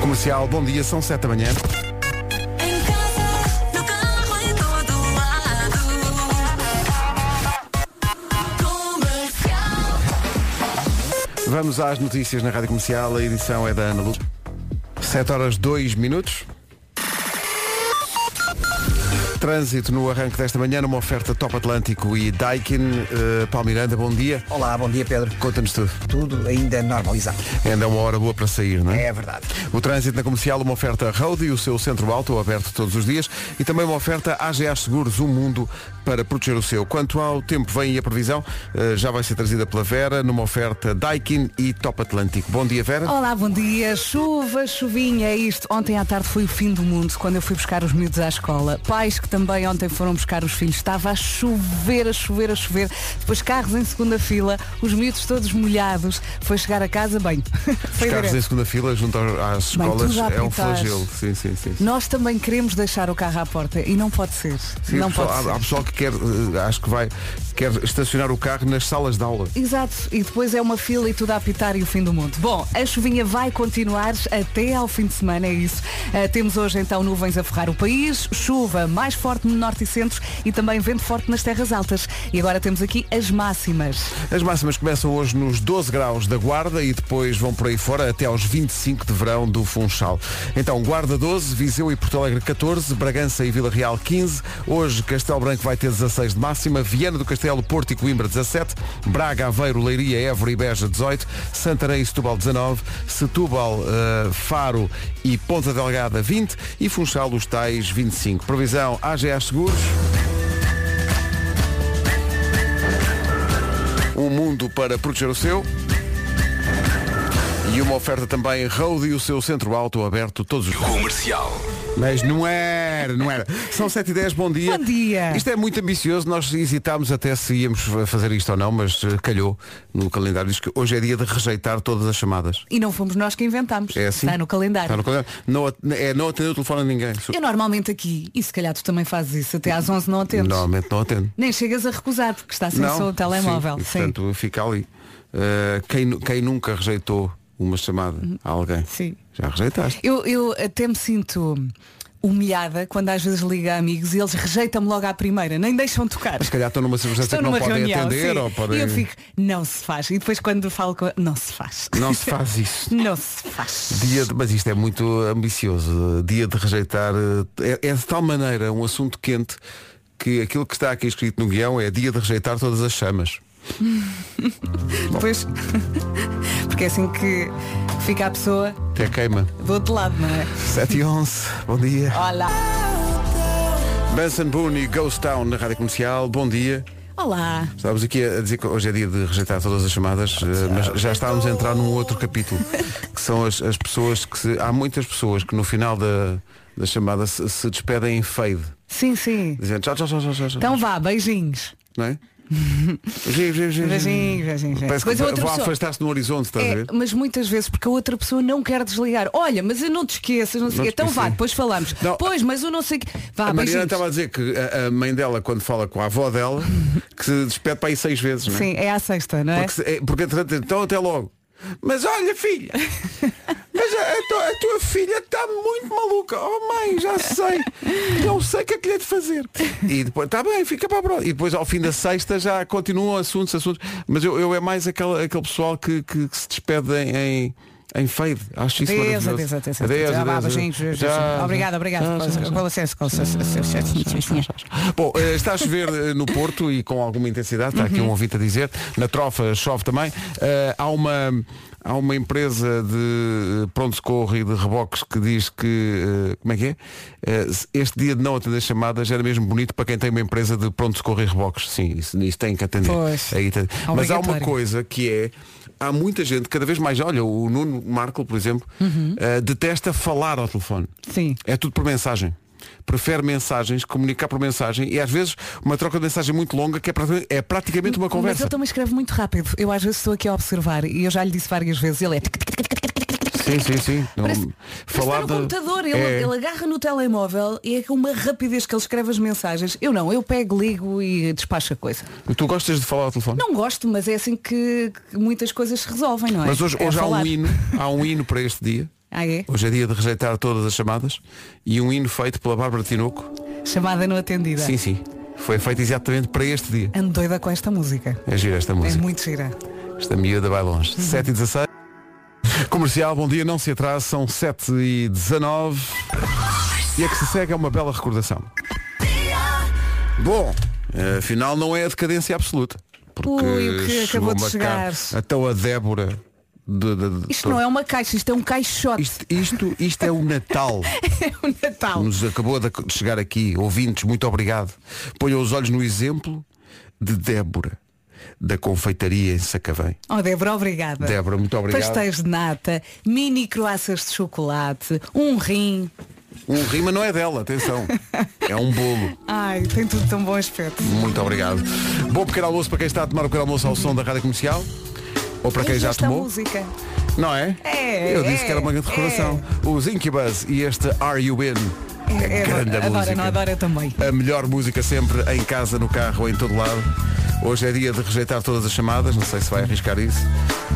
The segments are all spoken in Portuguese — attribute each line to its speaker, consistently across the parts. Speaker 1: Comercial, bom dia, são 7 da manhã.
Speaker 2: Em casa, no carro, em todo lado. Comercial.
Speaker 1: Vamos às notícias na Rádio Comercial, a edição é da Ana Lu. 7 horas 2 minutos. Trânsito no arranque desta manhã, numa oferta Top Atlântico e Daikin. Eh, Paulo Miranda, bom dia.
Speaker 3: Olá, bom dia Pedro.
Speaker 1: Conta-nos tudo.
Speaker 3: Tudo ainda normalizado.
Speaker 1: Ainda é uma hora boa para sair, não é?
Speaker 3: É verdade.
Speaker 1: O trânsito na comercial, uma oferta Road e o seu centro alto, aberto todos os dias, e também uma oferta AGA Seguros, um mundo para proteger o seu. Quanto ao tempo, vem aí a previsão, eh, já vai ser trazida pela Vera, numa oferta Daikin e Top Atlântico. Bom dia, Vera.
Speaker 4: Olá, bom dia. Chuva, chuvinha, é isto. Ontem à tarde foi o fim do mundo, quando eu fui buscar os miúdos à escola. Pais que também ontem foram buscar os filhos. Estava a chover, a chover, a chover. Depois carros em segunda fila, os miúdos todos molhados. Foi chegar a casa, bem, foi
Speaker 1: Os carros
Speaker 4: direto.
Speaker 1: em segunda fila junto ao- às
Speaker 4: Bem,
Speaker 1: escolas
Speaker 4: tudo a
Speaker 1: é um
Speaker 4: apitar.
Speaker 1: flagelo. Sim, sim, sim. sim.
Speaker 4: Nós também queremos deixar o carro à porta e não pode ser.
Speaker 1: Sim,
Speaker 4: não
Speaker 1: pessoal,
Speaker 4: pode ser.
Speaker 1: há, há pessoal que quer, eh, acho que vai, quer estacionar o carro nas salas de aula.
Speaker 4: Exato, e depois é uma fila e tudo a apitar e o fim do mundo. Bom, a chuvinha vai continuar até ao fim de semana, é isso. Ah, temos hoje então nuvens a forrar o país, chuva mais forte no norte e centro e também vento forte nas terras altas. E agora temos aqui as máximas.
Speaker 1: As máximas começam hoje nos 12 graus da Guarda e depois vão por aí fora até aos 25 de verão do Funchal. Então, Guarda 12, Viseu e Porto Alegre 14, Bragança e Vila Real 15. Hoje, Castelo Branco vai ter 16 de máxima, Viana do Castelo, Porto e Coimbra 17, Braga, Aveiro, Leiria, Évora e Beja 18, Santarém e Setúbal 19, Setúbal, eh, Faro e Ponta Delgada 20 e Funchal os tais 25. Provisão AGA Seguros. um mundo para proteger o seu. E uma oferta também Road e o seu centro alto aberto todos os
Speaker 5: Comercial.
Speaker 1: Mas não era, não era. São 7 e 10 bom dia.
Speaker 4: Bom dia.
Speaker 1: Isto é muito ambicioso, nós hesitámos até se íamos fazer isto ou não, mas eh, calhou no calendário. Diz que hoje é dia de rejeitar todas as chamadas.
Speaker 4: E não fomos nós que inventámos.
Speaker 1: É assim?
Speaker 4: Está no calendário.
Speaker 1: Está no calendário. Não, at- é não atender o telefone a ninguém. Su-
Speaker 4: Eu normalmente aqui, e se calhar tu também fazes isso, até às 11 não atendes.
Speaker 1: Normalmente não atendo.
Speaker 4: Nem chegas a recusar porque está sem som o telemóvel.
Speaker 1: Sim, e, portanto, fica ali. Eh, quem, nu- quem nunca rejeitou uma chamada a alguém?
Speaker 4: Sim.
Speaker 1: Já rejeitaste.
Speaker 4: Eu, eu até me sinto humilhada quando às vezes liga a amigos e eles rejeitam-me logo à primeira, nem deixam tocar.
Speaker 1: Mas se calhar estão numa circunstância
Speaker 4: Estou
Speaker 1: que não
Speaker 4: numa
Speaker 1: podem
Speaker 4: reunião,
Speaker 1: atender
Speaker 4: sim.
Speaker 1: ou podem.
Speaker 4: E eu fico, não se faz. E depois quando falo com não se faz.
Speaker 1: Não se faz isso.
Speaker 4: Não se faz.
Speaker 1: Dia de- Mas isto é muito ambicioso. Dia de rejeitar. eh, É, é de tal maneira um assunto quente que aquilo que está aqui escrito no guião é dia de rejeitar todas as chamas.
Speaker 4: Depois, porque é assim que fica a pessoa
Speaker 1: Até queima.
Speaker 4: do outro lado, não é?
Speaker 1: 7 e 11. Bom dia.
Speaker 4: Olá.
Speaker 1: Benson Boone e Ghost Town na rádio comercial. Bom dia.
Speaker 4: Olá.
Speaker 1: Estávamos aqui a dizer que hoje é dia de rejeitar todas as chamadas, eh, mas já estávamos a entrar num outro capítulo, que são as, as pessoas que se, há muitas pessoas que no final da, da chamada se, se despedem em fade,
Speaker 4: Sim, sim.
Speaker 1: dizendo tchau, tchau, tchau, tchau, tchau. tchau.
Speaker 4: Então vá, beijinhos.
Speaker 1: Não é? Giro, giro, giro, giro.
Speaker 4: Beijinhos, beijinhos.
Speaker 1: Parece que
Speaker 4: Depois a outra
Speaker 1: vão
Speaker 4: pessoa-
Speaker 1: afastar-se no horizonte, estás a
Speaker 4: É,
Speaker 1: ver?
Speaker 4: mas muitas vezes porque a outra pessoa não quer desligar. Olha, mas eu não te esqueças, não sei
Speaker 1: Não
Speaker 4: o quê.
Speaker 1: te
Speaker 4: Então vá,
Speaker 1: esqueci.
Speaker 4: depois falamos.
Speaker 1: Não.
Speaker 4: Pois, mas eu não sei o quê. Vá,
Speaker 1: a Mariana
Speaker 4: beijinhos.
Speaker 1: estava a dizer que a, a mãe dela, quando fala com a avó dela, que se despede para aí seis vezes, não é?
Speaker 4: Sim, é à sexta, não é?
Speaker 1: Porque, se- é, porque entretanto, então até logo. Mas olha, filha, mas a, a tua- a tua filha está muito maluca. Oh mãe, já sei. Não sei o que é que lhe é de fazer. E depois, está bem, fica para a próxima. E depois ao fim da sexta já continuam assuntos, assuntos. Mas eu, eu é mais aquele, aquele pessoal que, que- que se despede em. em em fade, acho isso
Speaker 4: Adeus,
Speaker 1: maravilhoso.
Speaker 4: adeus, adeus, adeus.
Speaker 1: Adeus,
Speaker 4: Já vá,
Speaker 1: adeus,
Speaker 4: beijinhos,
Speaker 1: adeus.
Speaker 4: beijinhos.
Speaker 1: Já,
Speaker 4: Obrigada, obrigada.
Speaker 1: já, já, já.
Speaker 4: Com licença, com licença, com licença.
Speaker 1: Bom, eh, está a chover eh, no Porto e com alguma intensidade, está
Speaker 4: Uhum.
Speaker 1: aqui um ouvinte a dizer, na trofa chove também. Eh, há, uma, há uma empresa de eh, pronto-socorro e de reboques que diz que, eh, como é que é? Eh, se- este dia de não atender chamadas era mesmo bonito para quem tem uma empresa de pronto-socorro e reboques. Sim, isso, isso tem que atender.
Speaker 4: Pois.
Speaker 1: Aí tem- Mas há uma
Speaker 4: Obrigatório.
Speaker 1: coisa que é, há muita gente, cada vez mais, olha, o Nuno Marco, por exemplo,
Speaker 4: Uhum.
Speaker 1: eh, detesta falar ao telefone.
Speaker 4: Sim.
Speaker 1: É tudo por mensagem. Prefere mensagens, comunicar por mensagem e às vezes uma troca de mensagem muito longa que é, prati- é praticamente uma
Speaker 4: Mas
Speaker 1: conversa.
Speaker 4: ele também escreve muito rápido. Eu às vezes estou aqui a observar e eu já lhe disse várias vezes. Ele é. tic, tic, tic, tic, tic, tic, tic, tic.
Speaker 1: Sim, sim, sim. Não-
Speaker 4: Parece, parece
Speaker 1: falar
Speaker 4: estar no
Speaker 1: de-
Speaker 4: computador, ele,
Speaker 1: é.
Speaker 4: ele agarra no telemóvel e é com uma rapidez que ele escreve as mensagens. Eu não, eu pego, ligo e despacho a coisa.
Speaker 1: Tu gostas de falar ao telefone?
Speaker 4: Não gosto, mas é assim que, que muitas coisas se resolvem, não é?
Speaker 1: Mas hoje,
Speaker 4: É
Speaker 1: hoje há
Speaker 4: falar.
Speaker 1: um hino, há um hino para este dia
Speaker 4: Ah, é?
Speaker 1: Hoje é dia de rejeitar todas as chamadas e um hino feito pela Bárbara Tinoco.
Speaker 4: Chamada não atendida.
Speaker 1: Sim, sim. Foi feito exatamente para este dia.
Speaker 4: Ando doida com esta música.
Speaker 1: É gira esta
Speaker 4: É
Speaker 1: música.
Speaker 4: muito gira.
Speaker 1: Esta miúda vai longe.
Speaker 4: Uhum.
Speaker 1: 7 e 16. Comercial, bom dia, não se atrase, são 7 e 19. E a que se segue é uma bela recordação. Bom, eh, afinal não é a decadência absoluta. Porque
Speaker 4: Ui, o que
Speaker 1: chegou
Speaker 4: acabou de
Speaker 1: uma
Speaker 4: chegar.
Speaker 1: car- Então a Débora. De, de- de-
Speaker 4: Isto não é uma caixa, isto é um caixote.
Speaker 1: Isto, isto, isto é o Natal.
Speaker 4: É o Natal.
Speaker 1: Nos acabou de ac- de chegar aqui. Ouvintes, muito obrigado. Ponham os olhos no exemplo de Débora, da confeitaria em Sacavém.
Speaker 4: Oh, Débora, obrigada.
Speaker 1: Débora, muito obrigado.
Speaker 4: Pastéis de nata, mini croaças de chocolate, um rim.
Speaker 1: Um rima não é dela, atenção. É um bolo.
Speaker 4: Ai, tem tudo tão bom aspecto.
Speaker 1: Muito obrigado. Bom pequeno almoço para quem está a tomar o pequeno almoço ao som da rádio comercial. Ou para quem já
Speaker 4: É esta
Speaker 1: tomou.
Speaker 4: música.
Speaker 1: Não é?
Speaker 4: É,
Speaker 1: Eu disse
Speaker 4: é,
Speaker 1: que era uma grande recordação. Os Incubus e este Are You In. É, grande a
Speaker 4: adora,
Speaker 1: música.
Speaker 4: não adora também.
Speaker 1: A melhor música sempre, em casa, no carro, em todo lado. Hoje é dia de rejeitar todas as chamadas, não sei se vai arriscar isso.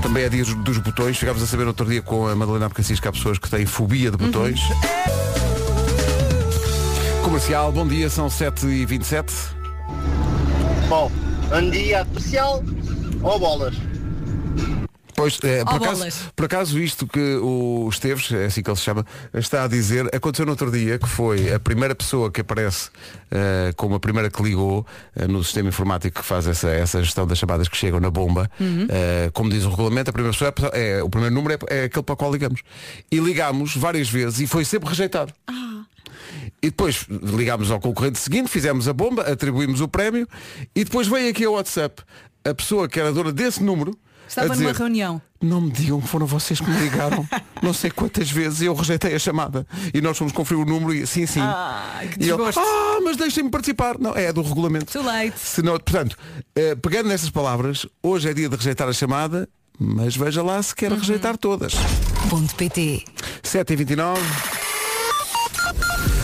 Speaker 1: Também é dia dos- dos botões. Chegámos a saber outro dia com a Madalena Abcacis que há pessoas que têm fobia de botões. Comercial, bom dia, são 7h27.
Speaker 5: Bom, um dia especial ou bolas?
Speaker 1: Pois, eh, por,
Speaker 4: Oh,
Speaker 1: acaso,
Speaker 4: bolas.
Speaker 1: por acaso isto que o Esteves, é assim que ele se chama, está a dizer, aconteceu no outro dia que foi a primeira pessoa que aparece eh, como a primeira que ligou eh, no sistema informático que faz essa, essa gestão das chamadas que chegam na bomba.
Speaker 4: Uhum.
Speaker 1: Eh, como diz o regulamento, a primeira pessoa é, é- o primeiro número é, é aquele para o qual ligamos. E ligámos várias vezes e foi sempre rejeitado.
Speaker 4: Ah.
Speaker 1: E depois ligámos ao concorrente seguinte, fizemos a bomba, atribuímos o prémio e depois veio aqui ao WhatsApp a pessoa que era dona desse número.
Speaker 4: Estava
Speaker 1: a dizer,
Speaker 4: numa reunião.
Speaker 1: Não me digam que foram vocês que me ligaram não sei quantas vezes e eu rejeitei a chamada. E nós fomos conferir o número e sim, sim.
Speaker 4: Ah, que
Speaker 1: e eu,
Speaker 4: desgosto.
Speaker 1: ah, mas deixem-me participar. Não, é do regulamento.
Speaker 4: Too late.
Speaker 1: Se não- portanto, eh, pegando nestas palavras, hoje é dia de rejeitar a chamada, mas veja lá se
Speaker 4: Uhum.
Speaker 1: quer rejeitar todas.
Speaker 4: Ponto PT.
Speaker 1: 7h29.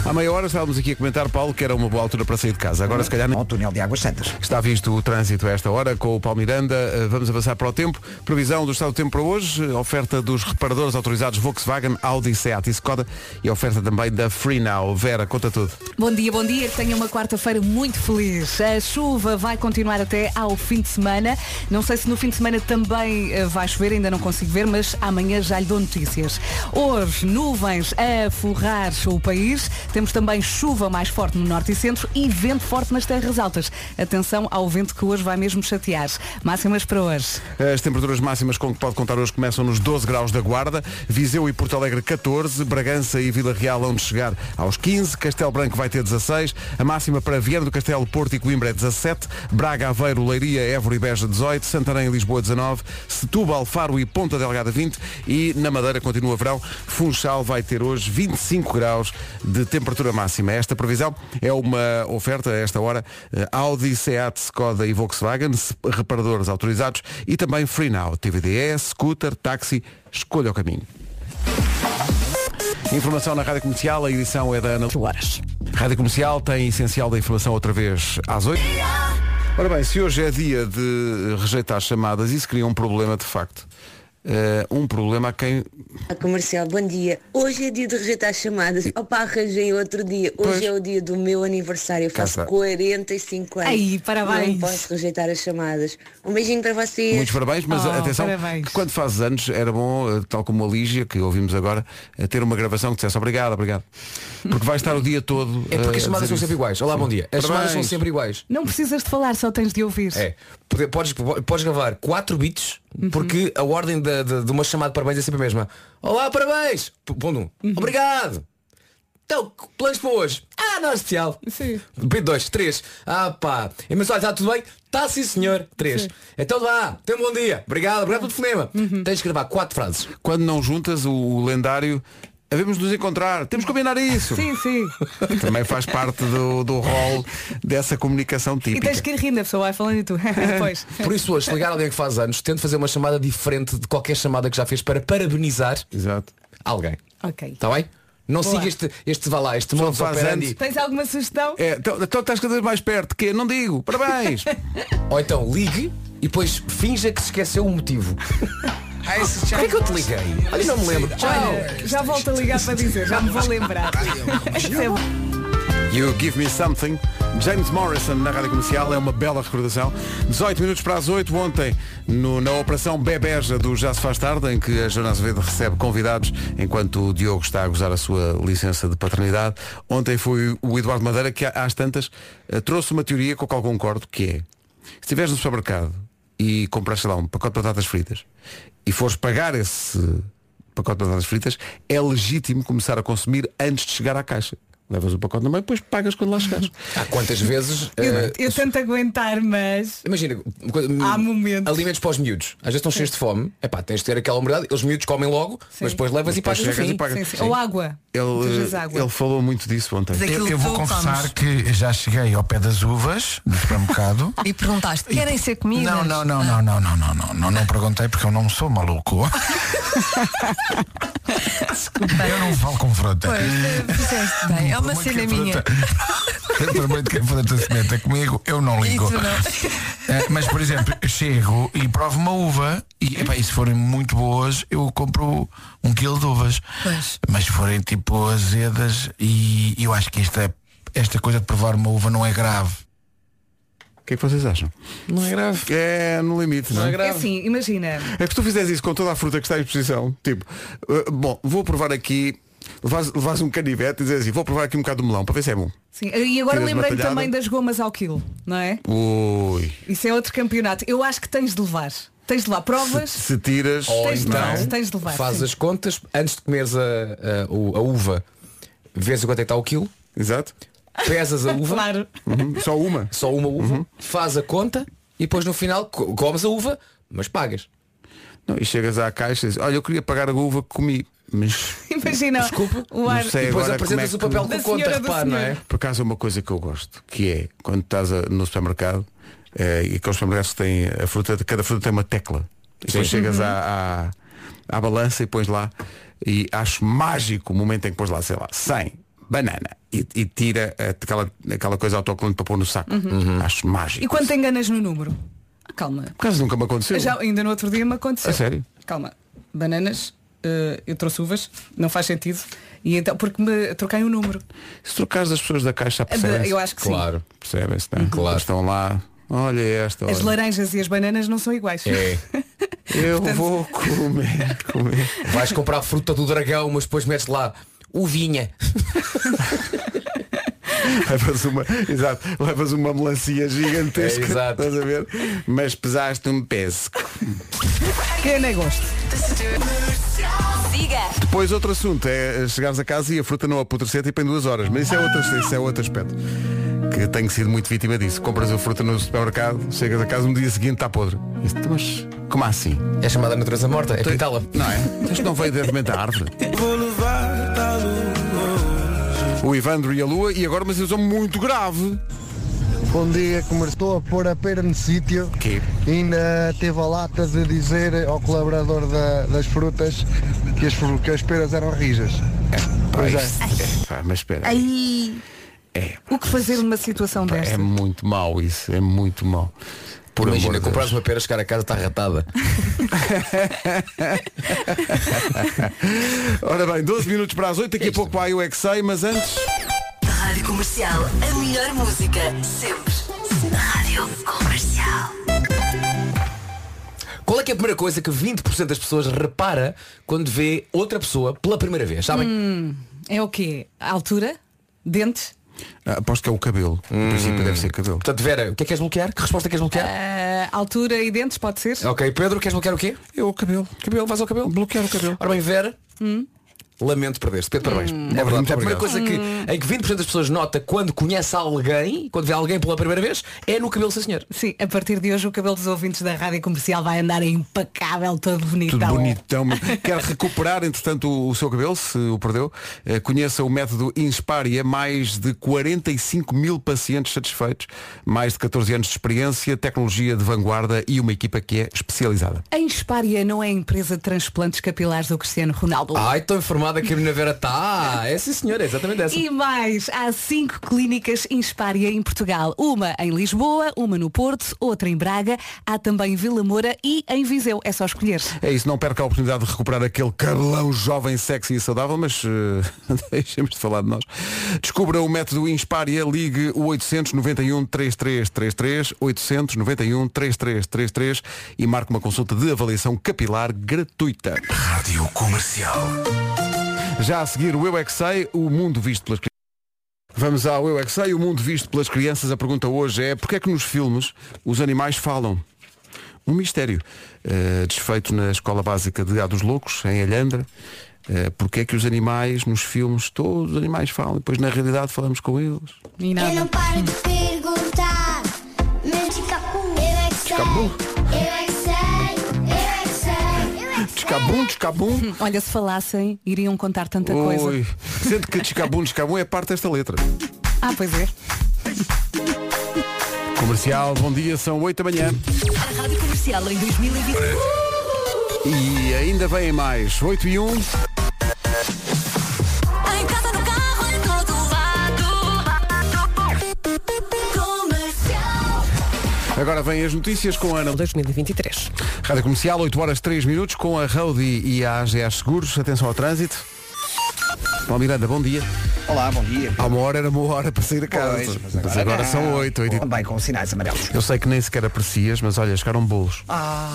Speaker 1: À meia hora estávamos aqui a comentar, Paulo, que era uma boa altura para sair de casa. Agora, se calhar, não.
Speaker 3: Ao túnel de Águas Santas.
Speaker 1: Está visto o trânsito a esta hora com o Paulo Miranda. Eh, Vamos avançar para o tempo. Previsão do estado do tempo para hoje. eh, Oferta dos reparadores autorizados Volkswagen, Audi, Seat e Skoda. E oferta também da Free Now. Vera, conta tudo.
Speaker 4: Bom dia, bom dia, que tenha uma quarta-feira muito feliz. A chuva vai continuar até ao fim de semana. Não sei se no fim de semana também eh, vai chover, ainda não consigo ver, mas amanhã já lhe dou notícias. Hoje, nuvens a forrar o país. Temos também chuva mais forte no norte e centro e vento forte nas terras altas. Atenção ao vento que hoje vai mesmo chatear. Máximas para hoje.
Speaker 1: As temperaturas máximas com que pode contar hoje começam nos 12 graus da Guarda, Viseu e Porto Alegre 14, Bragança e Vila Real onde chegar aos 15, Castelo Branco vai ter 16, a máxima para Viana do Castelo, Porto e Coimbra é 17, Braga, Aveiro, Leiria, Évora e Beja 18, Santarém e Lisboa 19, Setúbal, Faro e Ponta Delgada 20 e na Madeira continua verão, Funchal vai ter hoje 25 graus de temperatura máxima. Esta previsão é uma oferta a esta hora eh, Audi, Seat, Skoda e Volkswagen, se- reparadores autorizados e também Free Now, TVDE, scooter, táxi, escolha o caminho. Informação na Rádio Comercial, a edição é da Ana
Speaker 4: Horas.
Speaker 1: Rádio Comercial tem essencial da informação outra vez às 8. Ora bem, se hoje é dia de rejeitar chamadas, isso cria um problema de facto. Eh, um problema a quem
Speaker 6: Olá, Comercial, bom dia. Hoje é dia de rejeitar chamadas. Opa, arranjei outro dia. Hoje
Speaker 1: Pois.
Speaker 6: é o dia do meu aniversário. Eu faço
Speaker 1: Casa.
Speaker 6: 45 anos.
Speaker 4: Ai, parabéns.
Speaker 6: Não posso rejeitar as chamadas. Um beijinho para vocês.
Speaker 1: Muitos parabéns, mas
Speaker 4: Oh,
Speaker 1: atenção,
Speaker 4: parabéns.
Speaker 1: que quando fazes anos era bom, eh, tal como a Lígia, que ouvimos agora, eh, ter uma gravação que dissesse obrigado, obrigado. Porque vai estar o dia todo.
Speaker 7: É
Speaker 1: eh,
Speaker 7: porque as
Speaker 1: a dizer
Speaker 7: chamadas são
Speaker 1: isso.
Speaker 7: sempre iguais. Olá, bom dia. As
Speaker 1: Parabéns.
Speaker 7: chamadas são sempre iguais.
Speaker 4: Não precisas de falar, só tens de ouvir.
Speaker 7: É. Pode- Podes, podes gravar 4 bits
Speaker 1: Uhum.
Speaker 7: porque a ordem da- da- de, uma chamada de parabéns é sempre a mesma. Olá, parabéns! P- Ponto
Speaker 1: Uhum.
Speaker 7: 1. Obrigado! Então, que planos para hoje? Ah, não é especial.
Speaker 4: Sim.
Speaker 7: B2, 3. Ah pá. E mas olha, está tudo bem? Está sim senhor. 3. Então vá, tenha um bom dia. Obrigado, obrigado pelo telefonema.
Speaker 1: Uhum.
Speaker 7: Tens de gravar 4 frases.
Speaker 1: Quando não juntas o, o lendário, devemos nos encontrar, temos que combinar isso.
Speaker 4: Sim, sim.
Speaker 1: Também faz parte do, do rol dessa comunicação
Speaker 4: E
Speaker 1: típica.
Speaker 4: tens que ir rindo, a pessoa vai falando e tu. Depois.
Speaker 7: Por isso hoje, se ligar alguém que faz anos, tente fazer uma chamada diferente de qualquer chamada que já fez para parabenizar
Speaker 1: Exato.
Speaker 7: alguém.
Speaker 4: Ok.
Speaker 7: Está Tá bem? Não
Speaker 4: Boa.
Speaker 7: siga este, este, vá lá, este modus
Speaker 1: faz
Speaker 7: operandi.
Speaker 4: Tens alguma sugestão?
Speaker 1: É, então, então estás cada vez mais perto, que não digo, parabéns.
Speaker 7: Ou então ligue e depois finja que se esqueceu o motivo. Por que é que eu te liguei? Olha, não me lembro. Tchau.
Speaker 4: Olha, já volto a ligar para dizer, já me vou lembrar. Isso é bom.
Speaker 1: You Give Me Something, James Morrison na Rádio Comercial, é uma bela recordação. 18 minutos para as 8, ontem, no- na Operação Bebeja do Já Se Faz Tarde, em que a Joana Azevedo recebe convidados, enquanto o Diogo está a gozar a sua licença de paternidade, ontem foi o Eduardo Madeira que, às tantas, eh, trouxe uma teoria com a qual concordo, que é, se estiveres no supermercado e compras, sei lá, um pacote de batatas fritas, e fores pagar esse pacote de batatas fritas, é legítimo começar a consumir antes de chegar à caixa. Levas o pacote na mão e depois pagas quando lá chegares.
Speaker 7: Há quantas vezes. eh,
Speaker 8: É,
Speaker 4: Eu, eu tento aguentar, mas.
Speaker 7: Imagina, co-
Speaker 4: Há momentos.
Speaker 7: alimentos para os miúdos. Às vezes estão cheios de fome. Epá, tens de ter aquela humildade. Eles miúdos comem logo, mas depois levas e assim.
Speaker 1: Depois
Speaker 7: pagas no
Speaker 1: chegas
Speaker 7: fim.
Speaker 1: e pagas.
Speaker 4: Sim, sim. Ou água. Muitas
Speaker 1: Ele,
Speaker 4: vezes água.
Speaker 1: ele falou muito disso ontem.
Speaker 8: Eu,
Speaker 9: Daquilo
Speaker 8: eh, eu vou
Speaker 9: que
Speaker 8: confessar
Speaker 9: colocamos.
Speaker 8: que já cheguei ao pé das uvas do supermercado.
Speaker 9: E perguntaste, querem ser comidas?
Speaker 8: Não, não, não, não, não, não, não, não, não, não perguntei porque eu não sou maluco. eu não falo com fruta.
Speaker 9: Pois, eh, fizeste bem. É uma
Speaker 8: Por muito
Speaker 9: cena
Speaker 8: que a
Speaker 9: minha.
Speaker 8: Fruta, por muito que a fruta se meta comigo, eu não
Speaker 9: E
Speaker 8: ligo.
Speaker 9: tu não.
Speaker 8: Eh, mas, por exemplo, eu chego e provo uma uva e, epá, e se forem muito boas, eu compro um quilo de uvas.
Speaker 9: Pois.
Speaker 8: Mas se forem tipo azedas e eu acho que esta, esta coisa de provar uma uva não é grave.
Speaker 1: O que é que vocês acham?
Speaker 7: Não é grave.
Speaker 1: É no limite, não é?
Speaker 4: É assim, imagina.
Speaker 1: É que se tu fizeres isso com toda a fruta que está à exposição, tipo, eh, bom, vou provar aqui, levas, levas um canivete e dizes assim, vou provar aqui um bocado de melão para ver se é bom.
Speaker 4: Sim, e
Speaker 1: Tiras uma
Speaker 4: agora lembrei-me
Speaker 1: talhada.
Speaker 4: também das gomas ao quilo, não é?
Speaker 1: Ui,
Speaker 4: Isso é outro campeonato. Eu acho que tens de levar. Tens de levar provas.
Speaker 1: se tiras,
Speaker 7: Ou
Speaker 4: Tens de levar,
Speaker 7: então
Speaker 4: tens de levar,
Speaker 7: faz
Speaker 4: sim.
Speaker 7: as contas antes de comeres a, a- o- a uva, vês o quanto é que está o quilo,
Speaker 1: exato,
Speaker 7: pesas a uva,
Speaker 4: Claro.
Speaker 1: Uhum, só uma.
Speaker 7: só uma uva,
Speaker 1: Uhum.
Speaker 7: faz a conta e depois no final co- comes a uva, mas pagas.
Speaker 1: Não, e chegas à caixa e dizes, olha, eu queria pagar a uva que comi, mas
Speaker 4: Imagina.
Speaker 7: Desculpa,
Speaker 4: o ar.
Speaker 1: não sei.
Speaker 7: E depois
Speaker 1: agora como é
Speaker 7: apresentas
Speaker 1: que-
Speaker 7: o papel
Speaker 4: Da
Speaker 7: com conta,
Speaker 4: senhora, da
Speaker 7: repara, não é?
Speaker 4: senhora.
Speaker 1: Por acaso é uma coisa que eu gosto, que é quando estás a- no supermercado eh, e aqueles supermercados que têm a fruta, cada fruta tem uma tecla. E depois chegas
Speaker 4: Uhum.
Speaker 1: à, à, à balança e pões lá e acho mágico o momento em que pões lá, sei lá, 100 banana e, e tira eh, aquela, aquela coisa autocolante para pôr no saco. Acho mágico.
Speaker 4: Uhum. E quando te enganas no número? Ah, Calma.
Speaker 1: Por acaso nunca me aconteceu.
Speaker 4: Já, ainda no outro dia me aconteceu.
Speaker 1: A sério?
Speaker 4: Calma. Bananas, eh, eu trouxe uvas, não faz sentido. E então, porque me troquei o número.
Speaker 1: Se trocares as pessoas da caixa, percebem-se.
Speaker 4: É Eu acho que
Speaker 7: Claro.
Speaker 1: Percebem-se, não é?
Speaker 7: Uhum. Claro.
Speaker 1: Estão lá. Olha esta.
Speaker 4: sim. As
Speaker 1: olha.
Speaker 4: laranjas e as bananas não são iguais.
Speaker 7: É.
Speaker 1: Eu vou comer, comer.
Speaker 7: Vais comprar a fruta do dragão, mas depois metes lá uvinha.
Speaker 1: Levas uma, exato, levas uma melancia gigantesca,
Speaker 7: É, exato.
Speaker 1: estás a ver? Mas pesaste um peso.
Speaker 4: Que negócio.
Speaker 1: Depois outro assunto é chegares a casa e a fruta não apodrecer tipo em duas horas. Mas isso é outro, isso é outro aspecto. Que tenho sido muito vítima disso. Compras a fruta no supermercado, chegas a casa no dia seguinte está podre. Isso, Mas como assim?
Speaker 7: É chamada natureza morta, é pintá-la.
Speaker 1: Não é? Isto não veio diretamente da árvore. O Ivandro e a Lua e agora uma situação muito grave.
Speaker 10: Bom dia, começou a pôr a pera no sítio.
Speaker 1: Que?
Speaker 10: Ainda teve a lata de dizer ao colaborador da- das frutas que as, fru- que as peras eram rijas. Pois é.
Speaker 1: É, pá, mas espera. É,
Speaker 4: Aí. O que fazer numa situação
Speaker 1: Pá,
Speaker 4: desta?
Speaker 1: É muito mau isso, é muito mau. Por amor
Speaker 7: Imagina,
Speaker 1: de
Speaker 7: compras
Speaker 1: Deus.
Speaker 7: uma pera, chegar a casa está ratada.
Speaker 1: Ora bem, 12 minutos para as 8, daqui a pouco vai o Exei, mas antes.
Speaker 2: Rádio Comercial, a melhor música sempre. Rádio Comercial.
Speaker 7: Qual é que é a primeira coisa que 20% das pessoas repara quando vê outra pessoa pela primeira vez? Sabem?
Speaker 1: Hum.
Speaker 4: É o quê? A altura? Dentes?
Speaker 1: Ah, aposto que é o cabelo. No princípio deve ser cabelo.
Speaker 7: Portanto, Vera, o que é que queres bloquear? Que resposta queres bloquear?
Speaker 4: Ah, altura e dentes, pode ser?
Speaker 1: É Ah.
Speaker 7: Ok, Pedro, queres bloquear o quê?
Speaker 1: Eu É o cabelo.
Speaker 7: Cabelo, vais ao cabelo? Bloquear o cabelo. Ora bem, Vera.
Speaker 4: Hum.
Speaker 7: Lamento perder-se. Pedro, parabéns. é verdade.
Speaker 1: muito
Speaker 7: a primeira
Speaker 1: obrigado.
Speaker 7: coisa que,
Speaker 4: Hum.
Speaker 7: em que 20% das pessoas nota quando conhece alguém, quando vê alguém pela primeira vez, é no cabelo, sim senhor.
Speaker 4: Sim, a partir de hoje o cabelo dos ouvintes da Rádio Comercial vai andar impecável, todo bonitão.
Speaker 1: Tudo bonitão. Quer recuperar, entretanto, o, o seu cabelo, se o perdeu. Eh, conheça o método Insparia. Mais de 45 mil pacientes satisfeitos. Mais de 14 anos de experiência, tecnologia de vanguarda e uma equipa que é especializada.
Speaker 7: Ah,
Speaker 4: A Inspária não é a empresa de transplantes capilares do Cristiano Ronaldo.
Speaker 7: Ai, estou lado a Carolina Vera está. É sim senhora, é exatamente essa.
Speaker 4: E mais, há cinco clínicas Inspária em Portugal. Uma em Lisboa, uma no Porto, outra em Braga, há também em Vila Moura e em Viseu. É só escolher.
Speaker 1: É isso, não perca a oportunidade de recuperar aquele cabelão jovem, sexy e saudável, mas eh, deixemos de falar de nós. Descubra o método Insparia, ligue o 891-3333, 891-3333 e marque uma consulta de avaliação capilar gratuita.
Speaker 8: Rádio Comercial.
Speaker 1: Já a seguir o Eu É Que Sei, o mundo visto pelas crianças. Vamos ao Eu É Que Sei, o mundo visto pelas crianças. A pergunta hoje é porque é que nos filmes os animais falam? Um mistério. eh, desfeito na Escola Básica de Gados Loucos, em Alhandra. Eh, porque é que os animais nos filmes, todos os animais falam, depois na realidade falamos com eles.
Speaker 4: E
Speaker 11: Eu não
Speaker 4: nada.
Speaker 11: paro de perguntar. Mas descapu. Eu é que sei. Eu
Speaker 1: Descapu.
Speaker 11: é que sei. Eu é que sei. Eu é que sei.
Speaker 1: Descabum, descabum.
Speaker 4: Hum, Olha, se falassem, iriam contar tanta coisa.
Speaker 1: Ui. Sendo que descabum, descabum é parte desta letra.
Speaker 4: Ah, pois é.
Speaker 1: Comercial, bom dia, são 8 da manhã.
Speaker 2: A Rádio Comercial em 2020.
Speaker 1: E ainda vem mais, 8 e 1.
Speaker 2: Em casa, no carro, em todo lado. Comercial.
Speaker 1: Agora vêm as notícias com a Ana.
Speaker 12: 2023.
Speaker 1: Rádio Comercial, 8 horas 3 minutos, com a Rody e a AGA Seguros. Atenção ao trânsito. Bom, Miranda, bom dia.
Speaker 3: Olá, bom dia.
Speaker 1: Há uma hora era uma hora para sair a casa.
Speaker 3: Pois,
Speaker 1: mas agora, são 8, 8
Speaker 3: Também com sinais amarelos.
Speaker 1: Eu sei que nem sequer aprecias, mas olha, chegaram bolos.
Speaker 3: Ah,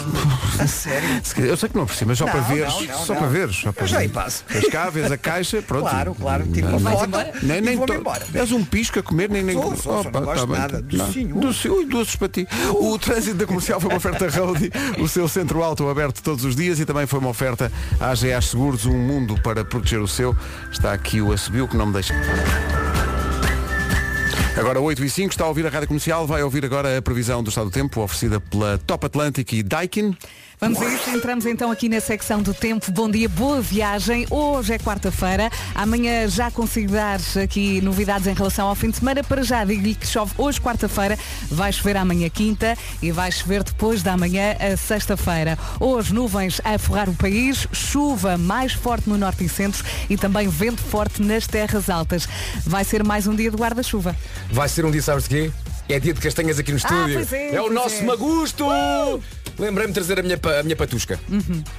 Speaker 3: a sério?
Speaker 1: Se- Eu sei que não aprecio, mas só
Speaker 3: Não,
Speaker 1: para ver,
Speaker 3: não, não,
Speaker 1: só
Speaker 3: não.
Speaker 1: para ver, só
Speaker 3: Eu
Speaker 1: para
Speaker 3: já
Speaker 1: ver.
Speaker 3: aí passo.
Speaker 1: Vês cá, vês a caixa, pronto.
Speaker 3: Claro, claro, tiro uma
Speaker 1: Não,
Speaker 3: foto
Speaker 1: não.
Speaker 3: e
Speaker 1: nem, nem
Speaker 3: vou-me
Speaker 1: to-
Speaker 3: embora.
Speaker 1: És um pisco a comer, nem nem.
Speaker 3: Sou, sou, sou, não gosto
Speaker 1: tá bem.
Speaker 3: nada.
Speaker 1: Não.
Speaker 3: Docinho.
Speaker 1: Doce- ui, doces para ti. O trânsito da comercial foi uma oferta Rody, o seu centro alto aberto todos os dias e também foi uma oferta à GA Seguros, um mundo para proteger o seu. Está aqui o Assobio que não me deixa. Agora 8 e 5 está a ouvir a rádio comercial, vai ouvir agora a previsão do estado do tempo oferecida pela Top Atlantic e Daikin.
Speaker 4: Vamos a isso, entramos então aqui na secção do tempo. Bom dia, boa viagem. Hoje é quarta-feira, amanhã já consigo dar aqui novidades em relação ao fim de semana. Para já digo-lhe que chove hoje quarta-feira, vai chover amanhã quinta e vai chover depois da manhã a sexta-feira. Hoje nuvens a forrar o país, chuva mais forte no norte e centro e também vento forte nas terras altas. Vai ser mais um dia de guarda-chuva.
Speaker 7: Vai ser um dia, sabes de quê? É dia de castanhas aqui no estúdio.
Speaker 4: pois é,
Speaker 7: o
Speaker 4: pois
Speaker 7: nosso
Speaker 4: é. Uh!
Speaker 7: magusto! Lembrei-me de trazer a minha, pa- a minha patusca.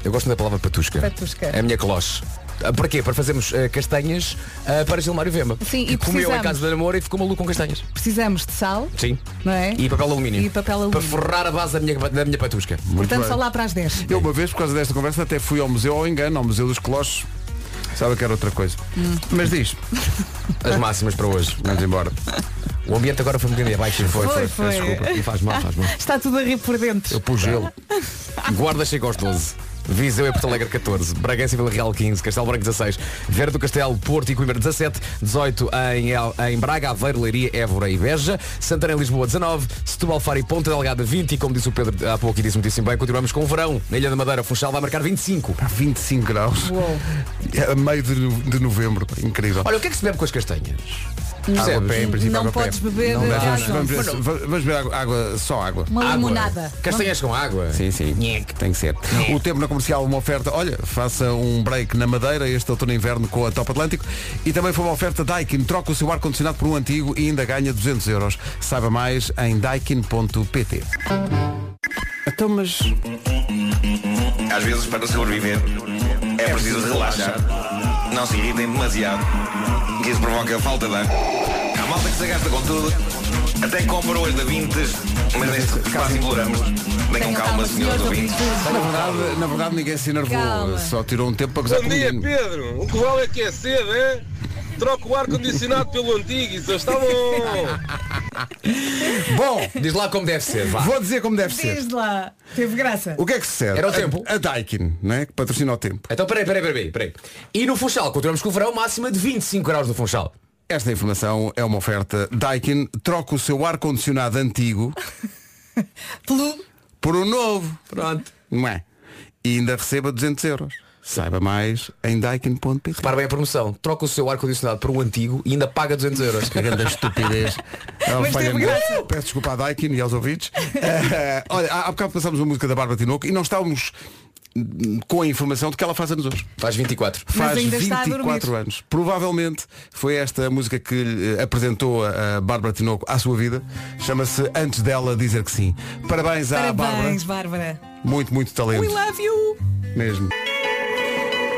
Speaker 7: Eu gosto da palavra patusca.
Speaker 4: Uhum. Patusca.
Speaker 7: É a minha cloche. Ah, Para quê? Para fazermos ah, castanhas ah, para Gilmário Vemba.
Speaker 4: Sim, e
Speaker 7: que comeu em
Speaker 4: precisamos.
Speaker 7: casa da namora e ficou maluco com castanhas.
Speaker 4: Precisamos de sal,
Speaker 7: Sim.
Speaker 4: não é?
Speaker 7: E papel alumínio.
Speaker 4: E papel
Speaker 7: Para
Speaker 4: alumínio.
Speaker 7: forrar a base da minha, da minha patusca.
Speaker 4: Portanto,
Speaker 1: bem.
Speaker 4: só lá para as 10.
Speaker 1: Eu uma vez, por causa desta conversa, até fui ao museu ao engano, ao Museu dos Colossos. Sabe que era outra coisa. Mas diz,
Speaker 7: As máximas para hoje.
Speaker 1: vamos embora.
Speaker 7: O ambiente agora foi um bocadinho abaixo. Foi,
Speaker 4: Foi, foi.
Speaker 7: Desculpa. E faz mal, faz mal.
Speaker 4: Está tudo a rir por dentro.
Speaker 7: Eu pus gelo. Guarda chega aos 12. Viseu e Porto Alegre 14, Bragança e Vila Real 15, Castelo Branco 16, Verde do Castelo, Porto e Coimbra 17, 18 em, El- em Braga, Aveiro, Leiria, Évora e Beja, Santarém, Lisboa 19, Setúbal, Faro e Ponta Delgada 20 e como disse o Pedro há pouco e disse muitíssimo bem, continuamos com o verão. Na Ilha da Madeira, Funchal vai marcar 25.
Speaker 1: Há 25 graus. É A meio de, no- de novembro. Incrível.
Speaker 7: Olha, o que é que se bebe com as castanhas?
Speaker 1: água
Speaker 7: Percebes?
Speaker 1: pé, em princípio,
Speaker 4: Não
Speaker 1: água
Speaker 4: podes
Speaker 1: pé.
Speaker 4: beber ah,
Speaker 1: Não,
Speaker 4: água.
Speaker 1: vamos, vamos, ver- vamos- vamos beber água, água- só água.
Speaker 4: Uma
Speaker 7: Água.
Speaker 4: limonada.
Speaker 7: Castanhas com água.
Speaker 1: Sim, sim. Tem que ser. O tempo na comercial, uma oferta. Olha, faça um break na Madeira este outono e inverno com a Top Atlântico. E também foi uma oferta Daikin. Troca o seu ar-condicionado por um antigo e ainda ganha 200 euros. Saiba mais em daikin.pt. Então, mas.
Speaker 13: Às vezes, para sobreviver, é preciso relaxar. Não se irritem demasiado, que isso provoca falta de ar. Há malta que se gasta com tudo, até compra hoje da Vintes, mas neste quase imploramos. Venham calma, senhores ouvintes.
Speaker 1: Na verdade, na verdade ninguém se enervou.
Speaker 4: Calma.
Speaker 1: Só tirou um tempo para gozar
Speaker 14: Bom
Speaker 1: com o
Speaker 14: dia,
Speaker 1: menino.
Speaker 14: Pedro. O que vale é que é cedo, é? Troca o ar-condicionado pelo antigo, isso está bom.
Speaker 1: Bom,
Speaker 7: Diz lá como deve ser, vá.
Speaker 1: vou dizer como deve ser.
Speaker 4: Diz lá. Teve graça.
Speaker 1: O que é que se serve?
Speaker 7: Era o tempo.
Speaker 1: A, a Daikin, não é? Que patrocina o tempo.
Speaker 7: Então peraí, peraí, peraí, peraí. E no Funchal, continuamos com o verão máxima de 25 graus no Funchal.
Speaker 1: Esta informação é uma oferta Daikin. Troca o seu ar-condicionado antigo
Speaker 4: Pelo...
Speaker 1: por um novo.
Speaker 7: Pronto.
Speaker 1: Não é? E ainda receba 200 euros. Saiba mais em daikin.pt.
Speaker 7: Repara bem a promoção. Troca o seu ar-condicionado por um antigo e ainda paga 200 euros.
Speaker 1: Que grande estupidez. É um
Speaker 4: Mas teve
Speaker 1: falhamento.
Speaker 4: graça.
Speaker 1: Peço desculpa à Daikin e aos ouvintes. Eh, olha, há, há bocado passámos uma música da Bárbara Tinoco e não estávamos hum, com a informação de que ela faz anos hoje.
Speaker 7: Faz 24.
Speaker 1: Faz
Speaker 7: ainda está a dormir.
Speaker 1: 24 anos. Provavelmente foi esta a música que lhe eh, apresentou a a Bárbara Tinoco à sua vida. Chama-se Antes dela dizer que sim. Parabéns, à Ah, Bárbara.
Speaker 9: Parabéns, Bárbara.
Speaker 1: Muito, muito
Speaker 9: We
Speaker 1: talento.
Speaker 9: love you.
Speaker 1: Mesmo.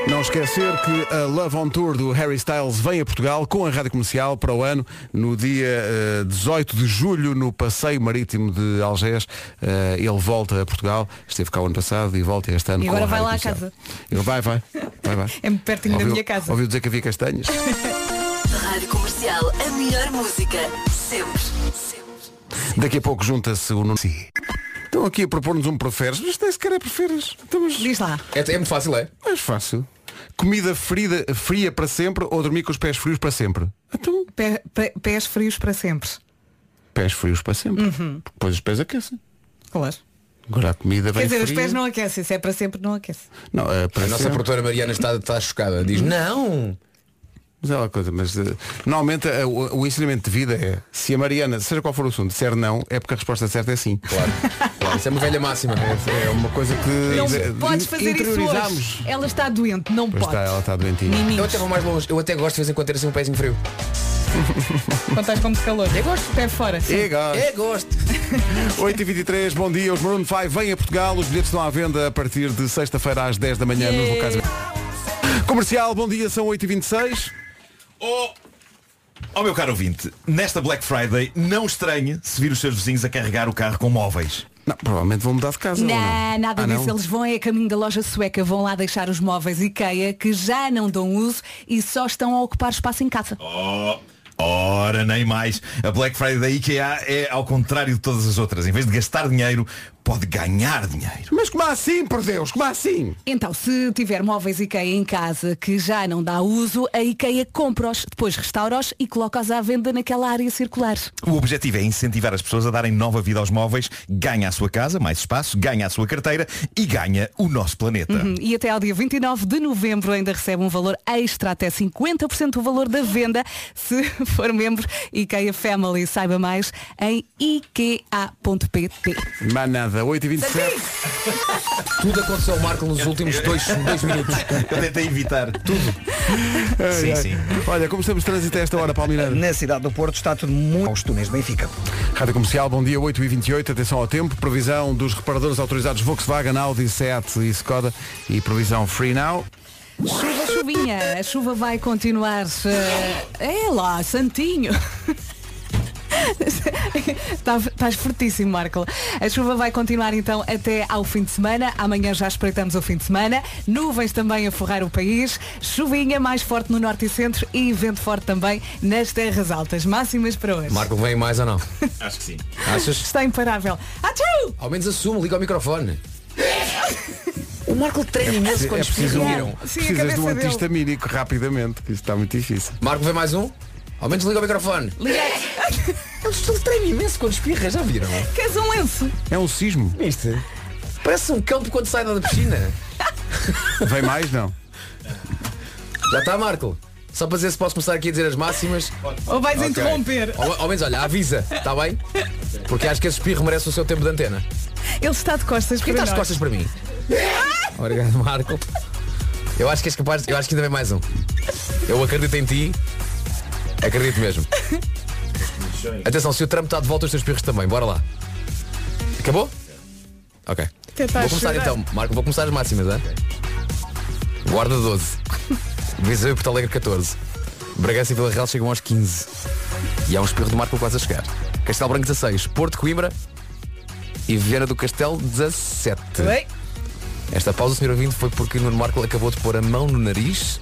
Speaker 1: Não esquecer que a Love on Tour do Harry Styles vem a Portugal com a Rádio Comercial para o ano, no dia eh, 18 de julho, no Passeio Marítimo de Algés. Eh, ele volta a Portugal, esteve cá o ano passado e volta este ano.
Speaker 4: E
Speaker 1: com
Speaker 4: agora
Speaker 1: a
Speaker 4: vai
Speaker 1: Rádio
Speaker 4: lá à
Speaker 1: Comercial.
Speaker 4: casa.
Speaker 1: Ele vai, vai. vai, vai.
Speaker 4: É muito pertinho da
Speaker 1: Ouviu-
Speaker 4: minha casa.
Speaker 1: Ouviu dizer que havia castanhas?
Speaker 12: Rádio Comercial, a melhor música, sempre.
Speaker 1: Daqui a pouco junta-se o Nuno. Sim. Estão aqui a propor-nos um preferes, mas nem sequer é preferes.
Speaker 4: Diz lá.
Speaker 7: É, é muito fácil, é?
Speaker 1: Mais fácil. Comida frida- fria para sempre ou dormir com os pés frios para sempre? Então,
Speaker 4: Pé- pé- pés frios para sempre.
Speaker 1: Pés frios para sempre.
Speaker 4: Uhum.
Speaker 1: Depois os pés aquecem.
Speaker 4: Claro.
Speaker 1: Agora a comida
Speaker 4: Quer
Speaker 1: vem
Speaker 4: dizer, os
Speaker 1: fria.
Speaker 4: pés não aquecem, se é para sempre não aquece.
Speaker 1: Não, é para
Speaker 7: A nossa
Speaker 1: sempre.
Speaker 7: produtora Mariana está, está chocada. Diz, não.
Speaker 1: Mas é uma coisa, mas eh, normalmente eh, o, o ensinamento de vida é se a Mariana, seja qual for o assunto, disser não, é porque a resposta certa é sim. Claro.
Speaker 7: Isso é uma velha máxima.
Speaker 1: É, é uma coisa que
Speaker 4: Não
Speaker 1: de-
Speaker 4: podes fazer isso
Speaker 1: interiorizamos.
Speaker 4: hoje. Ela está doente, não
Speaker 1: é, Pois
Speaker 4: pode.
Speaker 1: está, ela está doentinha.
Speaker 7: Eu
Speaker 4: Então,
Speaker 7: até vou mais longe. Eu até gosto de vez em quando ter assim um pezinho frio.
Speaker 4: Quando estás com muito calor. Eu gosto. Pé fora. sim.
Speaker 1: Eu gosto.
Speaker 7: É,
Speaker 1: Eu 8h23, bom dia. Os Maroon 5 vêm a Portugal. Os bilhetes estão à venda a partir de sexta-feira às 10 da manhã nos
Speaker 15: Yeah.
Speaker 1: locais. Comercial, bom dia, são 8h26.
Speaker 15: Oh, oh, meu caro ouvinte, nesta Black Friday não estranhe se vir os seus vizinhos a carregar o carro com móveis.
Speaker 1: Não, provavelmente vão mudar de casa. Ah,
Speaker 4: Não, nada disso. Eles vão é a caminho da loja sueca, vão lá deixar os móveis IKEA que já não dão uso e só estão a ocupar espaço em casa.
Speaker 15: Oh, ora, nem mais. A Black Friday da IKEA é ao contrário de todas as outras. Em vez de gastar dinheiro, pode ganhar dinheiro.
Speaker 1: Mas como assim, por Deus? Como assim?
Speaker 4: Então, se tiver móveis IKEA em casa que já não dá uso, a IKEA compra-os, depois restaura-os e coloca-os à venda naquela área circular.
Speaker 15: O objetivo é incentivar as pessoas a darem nova vida aos móveis, ganha a sua casa, mais espaço, ganha a sua carteira e ganha o nosso planeta.
Speaker 4: Uhum. E até ao dia 29 de novembro ainda recebe um valor extra até 50% do valor da venda se for membro IKEA Family. Saiba mais em ikea.pt.
Speaker 1: Mas nada, 8h27.
Speaker 7: Tudo aconteceu ao Marco nos últimos dois, dois minutos.
Speaker 15: Eu tentei evitar.
Speaker 7: Tudo.
Speaker 1: Ai,
Speaker 3: Sim,
Speaker 1: ai.
Speaker 3: sim.
Speaker 1: Olha, como estamos de trânsito a esta hora, Palmeiras?
Speaker 3: Na cidade do Porto está tudo muito aos túneis de Benfica.
Speaker 1: Rádio Comercial, bom dia, 8h28, atenção ao tempo, previsão dos reparadores autorizados Volkswagen, Audi, Seat e Skoda e previsão Free Now.
Speaker 4: Chuva, chuvinha. A chuva vai continuar. eh, É lá, santinho. Tá- Estás fortíssimo, Marco. A chuva vai continuar então até ao fim de semana. Amanhã já espreitamos o fim de semana. Nuvens também a forrar o país. Chuvinha mais forte no norte e centro e vento forte também nas terras altas. Máximas para hoje.
Speaker 7: Marco vem mais ou não?
Speaker 15: Acho que sim.
Speaker 7: Achas?
Speaker 4: Está imparável. Atchou!
Speaker 7: Ao menos assume, liga ao microfone. O Marco treina imenso quando
Speaker 1: preciso,
Speaker 7: explica.
Speaker 1: um, precisas de um antistamínico rapidamente, que isto está muito difícil.
Speaker 7: Marco vem mais um? Ao menos liga o microfone.
Speaker 4: Liga.
Speaker 7: Ele treme imenso quando espirra, já viram?
Speaker 4: Queres um lenço?
Speaker 1: É um sismo.
Speaker 7: Viste? Parece um campo quando sai da piscina.
Speaker 1: Vem mais, não?
Speaker 7: Já está, Marco? Só para dizer se posso começar aqui a dizer as máximas.
Speaker 4: Ou vais
Speaker 7: Ok.
Speaker 4: interromper.
Speaker 7: Ao, ao menos, olha, avisa, está bem? Porque acho que esse espirro merece o seu tempo de antena.
Speaker 4: Ele está de costas
Speaker 7: Porquê
Speaker 4: para
Speaker 7: estás de
Speaker 4: nós.
Speaker 7: costas para mim? Obrigado, Marco. Eu acho que és capaz, eu acho que ainda vem mais um. Eu acredito em ti. Acredito mesmo. Atenção, se o Trump está de volta, os teus pirros também. Bora lá. Acabou? Ok.
Speaker 4: Até está
Speaker 7: vou
Speaker 4: a
Speaker 7: começar
Speaker 4: chorar.
Speaker 7: então. Marco, vou começar as máximas, é? Guarda 12. Viseu e Porto Alegre 14. Bragança e Vila Real chegam aos 15. E há um espirro de Marco quase a chegar. Castelo Branco 16. Porto Coimbra e Viana do Castelo 17. Esta pausa, senhor ouvinte, foi porque Nuno Marco acabou de pôr a mão no nariz,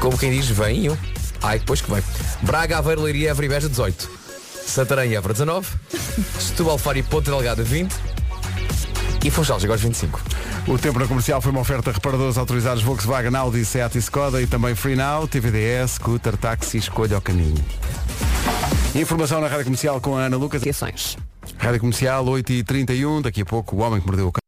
Speaker 7: como quem diz, vem eu. Ai, depois que vem. Braga, Aveiro, Leiria, Évora e Beja, 18. Santarém e Évora, 19. Setúbal, Faro e Ponta Delgada, 20. E Funchal chega aos 25.
Speaker 1: O tempo na comercial foi uma oferta a reparadores autorizados Volkswagen, Audi, Seat e Skoda e também Free Now, TVDS, scooter, táxi, escolha o caminho. Informação na Rádio Comercial com a Ana Lucas. Rádio Comercial 8h31, daqui a pouco o homem que mordeu o cão.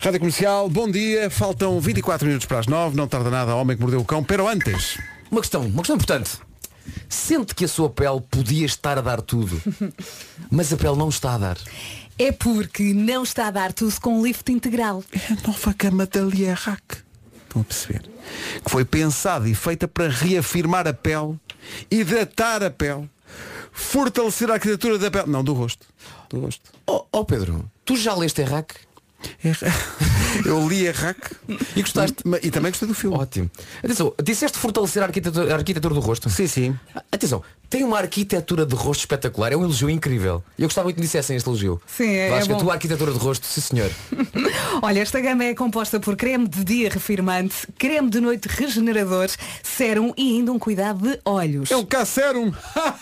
Speaker 1: Rádio Comercial, bom dia, faltam 24 minutos para as 9, não tarda nada, homem que mordeu o cão, pero antes.
Speaker 7: Uma questão, uma questão importante. Sente que a sua pele podia estar a dar tudo, mas a pele não está a dar.
Speaker 4: É porque não está a dar tudo com um lift integral.
Speaker 1: É a nova cama da Lierac. Estão a perceber? Que foi pensada e feita para reafirmar a pele, hidratar a pele, fortalecer a arquitetura da pele. Não, do rosto. Do rosto.
Speaker 7: Oh, Pedro, tu já leste Errac?
Speaker 1: É Eu li Errac
Speaker 7: e gostaste.
Speaker 1: E também gostei do filme.
Speaker 7: Ótimo. Atenção, disseste fortalecer a arquitetura, a arquitetura do rosto.
Speaker 1: Sim, sim.
Speaker 7: Atenção, tem uma arquitetura de rosto espetacular. É um elogio incrível. E Eu gostava muito que me dissessem este elogio.
Speaker 4: Sim, é- é
Speaker 7: Vasco, a
Speaker 4: bom.
Speaker 7: tua arquitetura de rosto, sim senhor.
Speaker 4: Olha, esta gama é composta por creme de dia refirmante, creme de noite regenerador, sérum e ainda um cuidado de olhos.
Speaker 1: É o Casserum!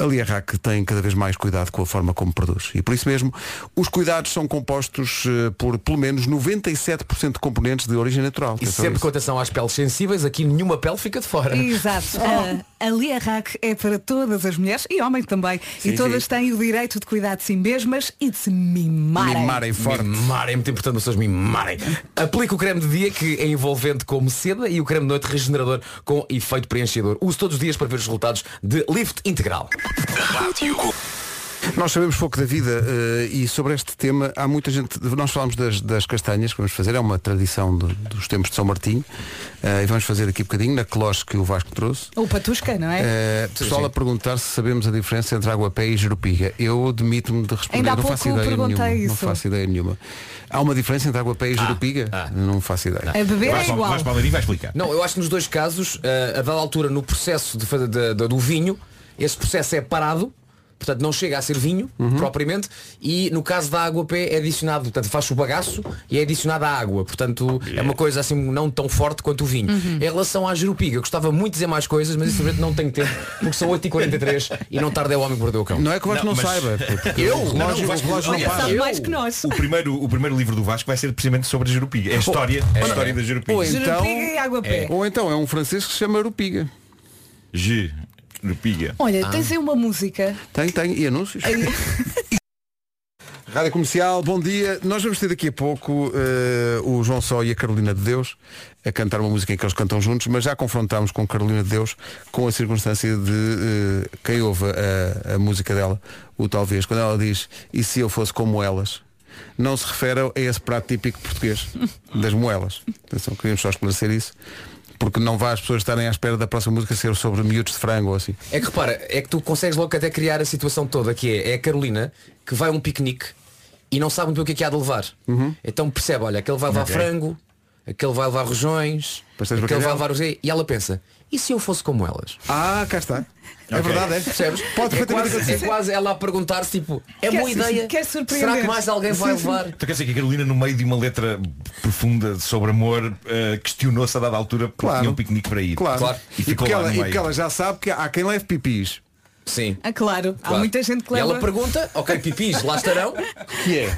Speaker 1: A Lierac tem cada vez mais cuidado com a forma como produz. E por isso mesmo, os cuidados são compostos eh, por pelo menos 97% de componentes de origem natural.
Speaker 7: E
Speaker 1: Atenção a
Speaker 7: sempre
Speaker 1: isso.
Speaker 7: com atenção às peles sensíveis, aqui nenhuma pele fica de fora.
Speaker 4: Exato.
Speaker 7: Oh.
Speaker 4: A, a Lia Rack é para todas as mulheres e homens também.
Speaker 7: Sim,
Speaker 4: e todas
Speaker 7: sim.
Speaker 4: têm o direito de cuidar de si mesmas e de se mimarem.
Speaker 7: Mimarem forte. Mimarem, é muito importante as pessoas mimarem. Aplica o creme de dia que é envolvente como seda e o creme de noite regenerador com efeito preenchedor. Use todos os dias para ver os resultados de Lift Integral.
Speaker 1: Nós sabemos pouco da vida eh, e sobre este tema há muita gente. Nós falamos das, das castanhas que vamos fazer, é uma tradição do- dos tempos de São Martinho. eh, e vamos fazer aqui um bocadinho na cloche que o Vasco trouxe.
Speaker 4: Ou patusca, não é?
Speaker 1: Eh, pessoal a perguntar se sabemos a diferença entre água-pé e jerupiga. Eu demito-me de responder,
Speaker 4: Ainda há
Speaker 1: não faço
Speaker 4: pouco
Speaker 1: ideia
Speaker 4: perguntei
Speaker 1: nenhuma. Não
Speaker 4: isso.
Speaker 1: faço ideia nenhuma. Há uma diferença entre água-pé e jerupiga? Não faço ideia.
Speaker 4: A beber é igual.
Speaker 7: Não, eu acho que nos dois casos, eh, a dada altura no processo de, fa- de- de- do vinho, esse processo é parado, portanto não chega a ser vinho
Speaker 1: Uhum.
Speaker 7: propriamente, e no caso da água pé é adicionado, portanto faz o bagaço e é adicionado à água, portanto é uma coisa assim não tão forte quanto o vinho.
Speaker 16: Uhum.
Speaker 7: Em relação à jerupiga, eu gostava muito de dizer mais coisas, mas infelizmente não tenho tempo, porque são 8h43 e não tarda é o homem que mordeu o cão.
Speaker 1: Não é que o Vasco Não, não mas- saiba, porque
Speaker 7: Eu?
Speaker 1: o relógio- o relógio não
Speaker 7: Olha,
Speaker 1: para.
Speaker 7: sabe
Speaker 1: mais
Speaker 7: eu?
Speaker 1: que nós.
Speaker 15: O primeiro, o primeiro livro do Vasco vai ser precisamente sobre a Jerupiga. É a história, é a história da Jerupiga.
Speaker 1: Ou então, é,
Speaker 15: É.
Speaker 1: ou então é um francês que se chama jerupiga.
Speaker 15: Jerupiga.
Speaker 4: Olha, tens
Speaker 7: Ah.
Speaker 4: aí uma música.
Speaker 1: Tem, tem. E anúncios? Rádio Comercial, bom dia. Nós vamos ter daqui a pouco eh, o João Só e a Carolina de Deus a cantar uma música em que eles cantam juntos, mas já confrontámos com Carolina de Deus com a circunstância de eh, quem ouve a, a música dela, o talvez, quando ela diz e se eu fosse como elas, não se refere a esse prato típico português das moelas. Atenção, queríamos só esclarecer isso, porque não vá as pessoas estarem à espera da próxima música ser sobre miúdos de frango ou assim.
Speaker 7: É que repara, é que tu consegues logo até criar a situação toda, que é, é a Carolina que vai a um piquenique e não sabe muito bem o que é que há de levar.
Speaker 1: Uhum.
Speaker 7: Então percebe, olha, aquele vai levar
Speaker 16: Ok.
Speaker 7: frango, aquele vai levar rojões,
Speaker 1: Pastéis de
Speaker 7: aquele vai
Speaker 1: bacalhau.
Speaker 7: levar os... E ela pensa, e se eu fosse como elas?
Speaker 1: Ah, cá está. É verdade, é.
Speaker 7: Percebes?
Speaker 1: Pode
Speaker 7: é,
Speaker 1: perfeitamente
Speaker 7: quase, é
Speaker 1: acontecer.
Speaker 7: quase ela a perguntar-se, tipo, é
Speaker 4: Quer su-
Speaker 7: boa ideia?
Speaker 4: quer
Speaker 7: Será que mais alguém vai levar?
Speaker 15: Então quer dizer que a Carolina, no meio de uma letra profunda sobre amor, eh, questionou-se a dada altura porque
Speaker 1: Claro.
Speaker 15: tinha um piquenique para ir.
Speaker 1: Claro.
Speaker 15: E
Speaker 1: E
Speaker 15: ficou
Speaker 1: porque,
Speaker 15: lá
Speaker 1: ela, e
Speaker 15: no meio.
Speaker 1: porque ela já sabe que há quem leve pipis.
Speaker 7: Sim.
Speaker 4: Ah, claro, há
Speaker 7: Claro.
Speaker 4: muita gente que
Speaker 7: E
Speaker 4: leva.
Speaker 7: ela pergunta, ok, pipis, lá estarão.
Speaker 1: Que é?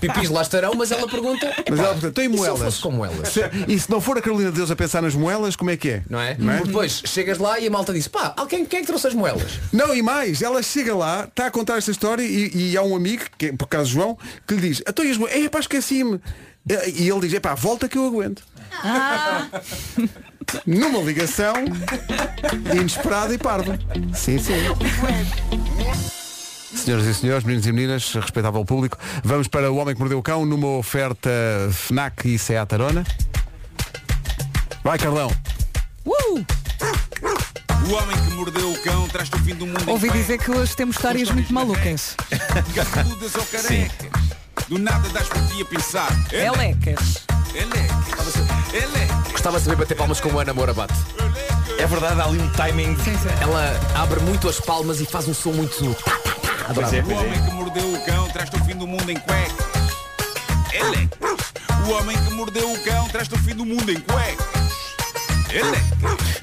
Speaker 7: Pipis lá estarão, mas ela pergunta.
Speaker 1: Mas
Speaker 7: "Epá,
Speaker 1: ela, portanto, tem
Speaker 7: e se eu
Speaker 1: moelas.
Speaker 7: fosse como elas?
Speaker 1: Se- e se não for a Carolina de Deus a pensar nas moelas, como é que é?
Speaker 7: Não é? Porque depois chegas lá e a malta diz, pá, alguém quem é que trouxe as moelas?
Speaker 1: Não, e mais, ela chega lá, está a contar esta história e, e há um amigo, que, é, por acaso João, que lhe diz, então e as moelas? É, pá, esqueci-me. E ele diz, é pá, volta que eu aguento. Numa ligação inesperada e parva. Sim, sim. Senhoras e senhores, meninos e meninas, respeitável público, vamos para o Homem que Mordeu o Cão numa oferta FNAC e Seat Arona. Vai, Carlão.
Speaker 4: Uh!
Speaker 17: O homem que mordeu o cão traz-te o fim do mundo.
Speaker 4: Ouvi dizer que hoje temos histórias muito malucas.
Speaker 17: Garrudas ou carecas. Do nada das por ti a pensar.
Speaker 15: É?
Speaker 4: Elecas.
Speaker 17: Elecas. Elecas.
Speaker 7: Gostava de saber bater palmas como a Ana Moura bate.
Speaker 15: É verdade, há ali um timing.
Speaker 7: Ela abre muito as palmas e faz um som muito. tá, tá, tá.
Speaker 17: Pois é, pois é.
Speaker 7: Adorava.
Speaker 17: O homem que mordeu o cão traz-te o fim do mundo em cuecas. Elecas. O homem que mordeu o cão traz-te o fim do mundo em cuecas.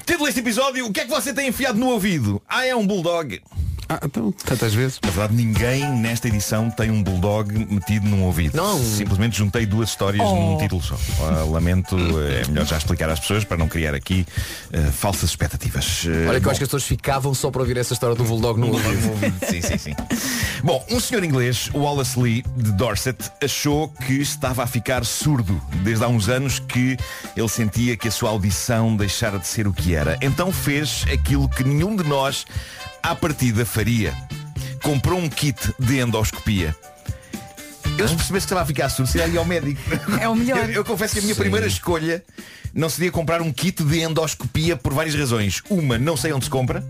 Speaker 15: Título deste episódio, o que é que você tem enfiado no ouvido? Ah, é um bulldog.
Speaker 1: Ah, então, tantas vezes.
Speaker 15: Na verdade, ninguém nesta edição tem um bulldog metido num ouvido. Não. Simplesmente juntei duas histórias
Speaker 16: Oh.
Speaker 15: num título só. Ah, lamento, é melhor já explicar às pessoas para não criar aqui ah, falsas expectativas. Ah,
Speaker 7: Olha que eu
Speaker 15: bom.
Speaker 7: acho que as pessoas ficavam só para ouvir essa história do Bulldog no ouvido.
Speaker 15: sim, sim, sim. Bom, um senhor inglês, o Wallace Lee, de Dorset, achou que estava a ficar surdo. Desde há uns anos que ele sentia que a sua audição deixara de ser o que era. Então fez aquilo que nenhum de nós, à partida, faria. comprou um kit de endoscopia. Eu se percebesse que estava a ficar surdo, seria ir ao médico.
Speaker 4: É o melhor.
Speaker 15: Eu, eu confesso que a minha
Speaker 4: Sim.
Speaker 15: primeira escolha não seria comprar um kit de endoscopia por várias razões. Uma, não sei onde se compra.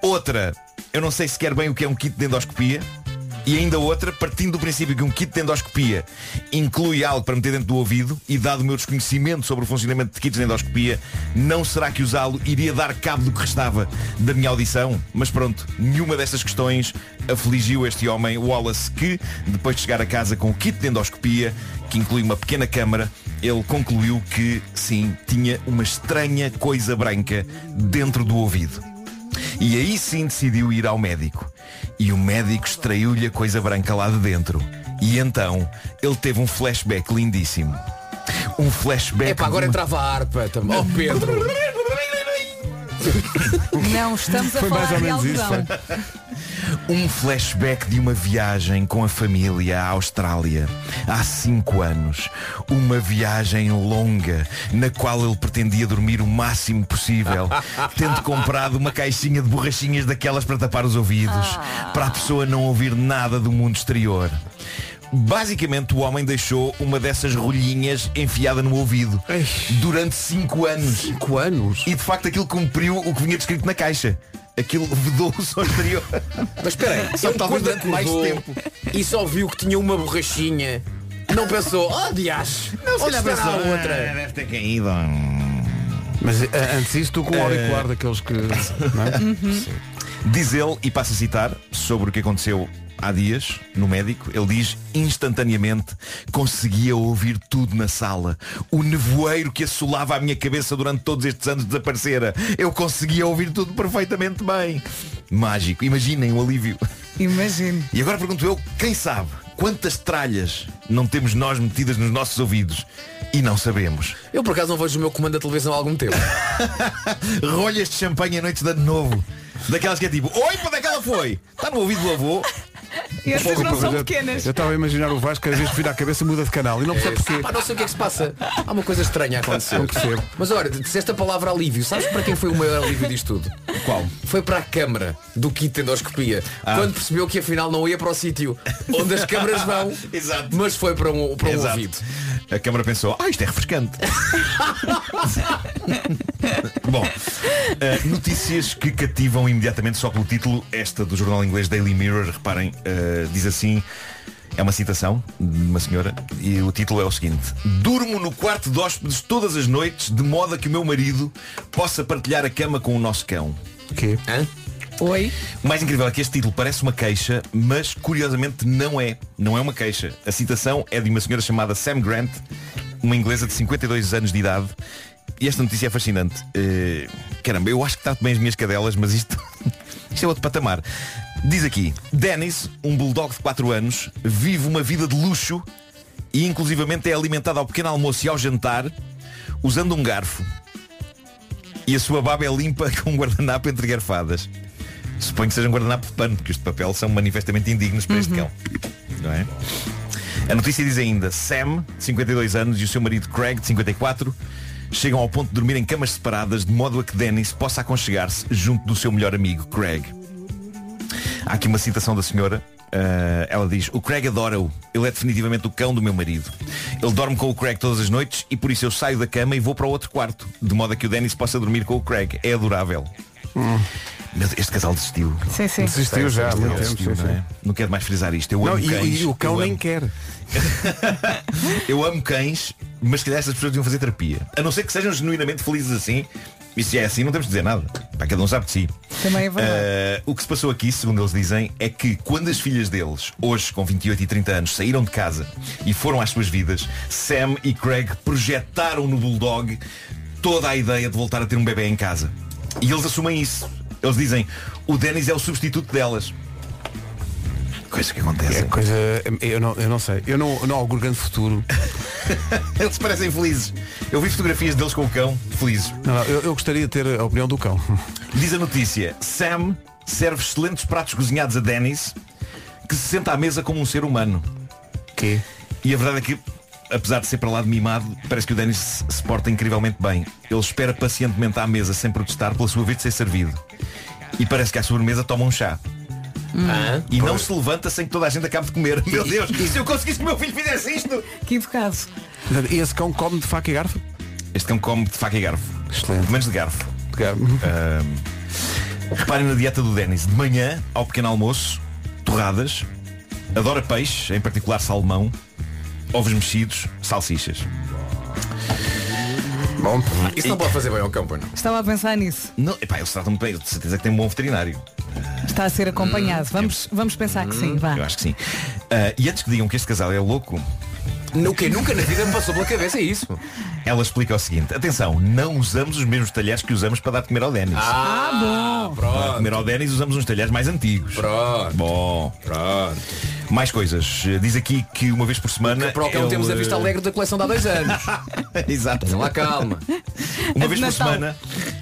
Speaker 15: Outra, eu não sei sequer bem o que é um kit de endoscopia. E ainda outra, partindo do princípio que um kit de endoscopia inclui algo para meter dentro do ouvido e dado o meu desconhecimento sobre o funcionamento de kits de endoscopia, não será que usá-lo iria dar cabo do que restava da minha audição? Mas pronto, nenhuma dessas questões afligiu este homem, Wallace, que, depois de chegar a casa com o kit de endoscopia, que inclui uma pequena câmara, ele concluiu que, sim, tinha uma estranha coisa branca dentro do ouvido. E aí sim decidiu ir ao médico. E o médico extraiu-lhe a coisa branca lá de dentro. E então ele teve um flashback lindíssimo. Um flashback.
Speaker 7: Epá, agora
Speaker 15: de uma-
Speaker 7: entrava a harpa também. Oh Pedro.
Speaker 4: Não, estamos a
Speaker 15: Foi mais
Speaker 4: falar
Speaker 15: ou
Speaker 4: de
Speaker 15: menos isso,
Speaker 4: algodão.
Speaker 15: Um flashback de uma viagem com a família à Austrália há cinco anos. Uma viagem longa na qual ele pretendia dormir o máximo possível, tendo comprado uma caixinha de borrachinhas daquelas para tapar os ouvidos, para a pessoa não ouvir nada do mundo exterior. Basicamente o homem deixou uma dessas rolhinhas enfiada no ouvido durante cinco anos. Cinco
Speaker 1: anos?
Speaker 15: E de facto aquilo cumpriu o que vinha descrito na caixa. Aquilo vedou o som exterior.
Speaker 7: Mas espera aí,
Speaker 15: Só
Speaker 7: ele
Speaker 15: talvez
Speaker 7: quando
Speaker 15: durante mais
Speaker 7: acordou
Speaker 15: tempo.
Speaker 7: E só viu que tinha uma borrachinha. Não pensou, oh dias,
Speaker 15: Não, se
Speaker 7: onde
Speaker 15: calhar
Speaker 7: está a
Speaker 15: pensou,
Speaker 7: outra?
Speaker 15: "Ah, deve ter caído.
Speaker 1: Mas eh, antes disso, tu com um auricular
Speaker 15: Eh,
Speaker 1: daqueles que. é?
Speaker 15: Diz ele, e passo a citar, sobre o que aconteceu há dias no médico, ele diz instantaneamente conseguia ouvir tudo na sala. O nevoeiro que assolava a minha cabeça durante todos estes anos desaparecera. Eu conseguia ouvir tudo perfeitamente bem. Mágico, imaginem o alívio.
Speaker 4: Imagino.
Speaker 15: E agora pergunto eu, quem sabe quantas tralhas não temos nós metidas nos nossos ouvidos e não sabemos?
Speaker 7: Eu por acaso não vejo o meu comando da televisão há algum tempo.
Speaker 15: Rolhas de champanhe à noite de ano novo. Daquelas que é tipo, oi, para onde é que ela foi? Está no ouvido do avô.
Speaker 1: Desculpa, mas eu- Eu estava a imaginar o Vasco cada vez que vira a cabeça muda de canal e não percebe porquê.
Speaker 7: Pá, não sei o que é que se passa. Há uma coisa estranha a acontecer.
Speaker 1: Não percebo.
Speaker 7: Mas olha, disseste a palavra alívio. Sabes para quem foi o maior alívio disto tudo?
Speaker 15: Qual?
Speaker 7: Foi para a câmara do kit de endoscopia. Quando percebeu que afinal não ia para o sítio onde as câmaras vão,
Speaker 15: Exato.
Speaker 7: mas foi para um, para um
Speaker 15: Exato.
Speaker 7: ouvido.
Speaker 15: A câmara pensou, ah, isto é refrescante. Bom, eh, notícias que cativam imediatamente só pelo título. Esta do jornal inglês Daily Mirror, reparem, eh, diz assim, é uma citação de uma senhora, e o título é o seguinte. Durmo no quarto de hóspedes todas as noites, de modo a que o meu marido possa partilhar a cama com o nosso cão.
Speaker 1: Quê?
Speaker 4: Oi?
Speaker 15: O mais incrível é que este título parece uma queixa, mas curiosamente não é. Não é uma queixa. A citação é de uma senhora chamada Sam Grant, uma inglesa de 52 anos de idade. E esta notícia é fascinante. Eh, caramba, eu acho que trato bem as minhas cadelas, mas isto, isto é outro patamar. Diz aqui, Dennis, um bulldog de 4 anos, vive uma vida de luxo e inclusivamente é alimentado ao pequeno almoço e ao jantar usando um garfo. E a sua baba é limpa com um guardanapo entre garfadas. Suponho que seja um guardanapo de pano, porque os de papel são manifestamente indignos para este cão. Não é? A notícia diz ainda, Sam, de 52 anos, e o seu marido Craig, de 54, chegam ao ponto de dormir em camas separadas, de modo a que Dennis possa aconchegar-se junto do seu melhor amigo, Craig. Há aqui uma citação da senhora. Ah, ela diz, o Craig adora-o. Ele é definitivamente o cão do meu marido. Ele dorme com o Craig todas as noites e por isso eu saio da cama e vou para outro quarto, de modo a que o Dennis possa dormir com o Craig. É adorável. Meu Deus, este casal desistiu.
Speaker 4: Sim, sim.
Speaker 1: Desistiu já há muito tempo,
Speaker 15: Desistiu,
Speaker 1: sim,
Speaker 15: não, é?
Speaker 1: sim.
Speaker 15: não quero mais frisar isto. Eu
Speaker 1: Não,
Speaker 15: amo
Speaker 1: e,
Speaker 15: cães.
Speaker 1: e o cão
Speaker 15: eu
Speaker 1: nem
Speaker 15: amo-
Speaker 1: quer.
Speaker 15: eu amo cães, mas se calhar estas pessoas deviam fazer terapia. A não ser que sejam genuinamente felizes assim. E se é assim, não temos de dizer nada. Para cada um sabe de si.
Speaker 4: Também é verdade.
Speaker 15: Ah, o que se passou aqui, segundo eles dizem, é que quando as filhas deles, hoje com 28 e 30 anos, saíram de casa e foram às suas vidas, Sam e Craig projetaram no Bulldog toda a ideia de voltar a ter um bebê em casa. E eles assumem isso. Eles dizem, o Dennis é o substituto delas. Coisa que acontece.
Speaker 1: É coisa. Eu não, eu não sei. Eu não, eu não auguro grande futuro.
Speaker 15: Eles parecem felizes. Eu vi fotografias deles com o cão, felizes.
Speaker 1: Não, não, eu, eu gostaria de ter a opinião do cão.
Speaker 15: Diz a notícia, Sam serve excelentes pratos cozinhados a Dennis, que se senta à mesa como um ser humano.
Speaker 1: Que?
Speaker 15: E a verdade é que, apesar de ser para lá de mimado, parece que o Dennis se- se porta incrivelmente bem. Ele espera pacientemente à mesa sem protestar pela sua vez de ser servido. E parece que à sobremesa toma um chá. Ah, e não se levanta sem que toda a gente acabe de comer. Meu Deus, se eu conseguisse que o meu filho fizesse isto?
Speaker 4: Que educado.
Speaker 1: Portanto, E esse cão come de faca e garfo?
Speaker 15: Este cão come de faca e garfo. Excelente. Menos de garfo. De garfo. reparem na dieta do Denis. De manhã, ao pequeno almoço, torradas, adora peixe, em particular salmão, ovos mexidos, salsichas.
Speaker 1: Bom,
Speaker 15: isso não pode fazer bem ao cão, pois não?
Speaker 4: Estava a pensar nisso.
Speaker 15: Não, epá, eles tratam muito bem, eu de certeza que tem um bom veterinário.
Speaker 4: Está a ser
Speaker 15: Hum.
Speaker 4: acompanhado. Vamos, vamos pensar que sim, vá.
Speaker 15: Eu acho que sim. Ah, e antes que digam que este casal é louco.
Speaker 7: No que nunca na vida me passou pela cabeça é isso.
Speaker 15: Ela explica o seguinte, atenção, não usamos os mesmos talheres que usamos para dar de comer ao Denis.
Speaker 7: Ah, bom.
Speaker 15: Para comer ao Denis usamos uns talheres mais antigos. Pronto. Bom. Pronto. Mais coisas. Diz aqui que uma vez por semana.
Speaker 7: Para o cão
Speaker 15: ele,
Speaker 7: temos a vista
Speaker 15: eh,
Speaker 7: alegre da coleção um de há dois anos.
Speaker 15: Exato.
Speaker 7: Tenham lá calma.
Speaker 15: Uma
Speaker 7: É de
Speaker 15: vez por
Speaker 7: Natal.
Speaker 15: semana,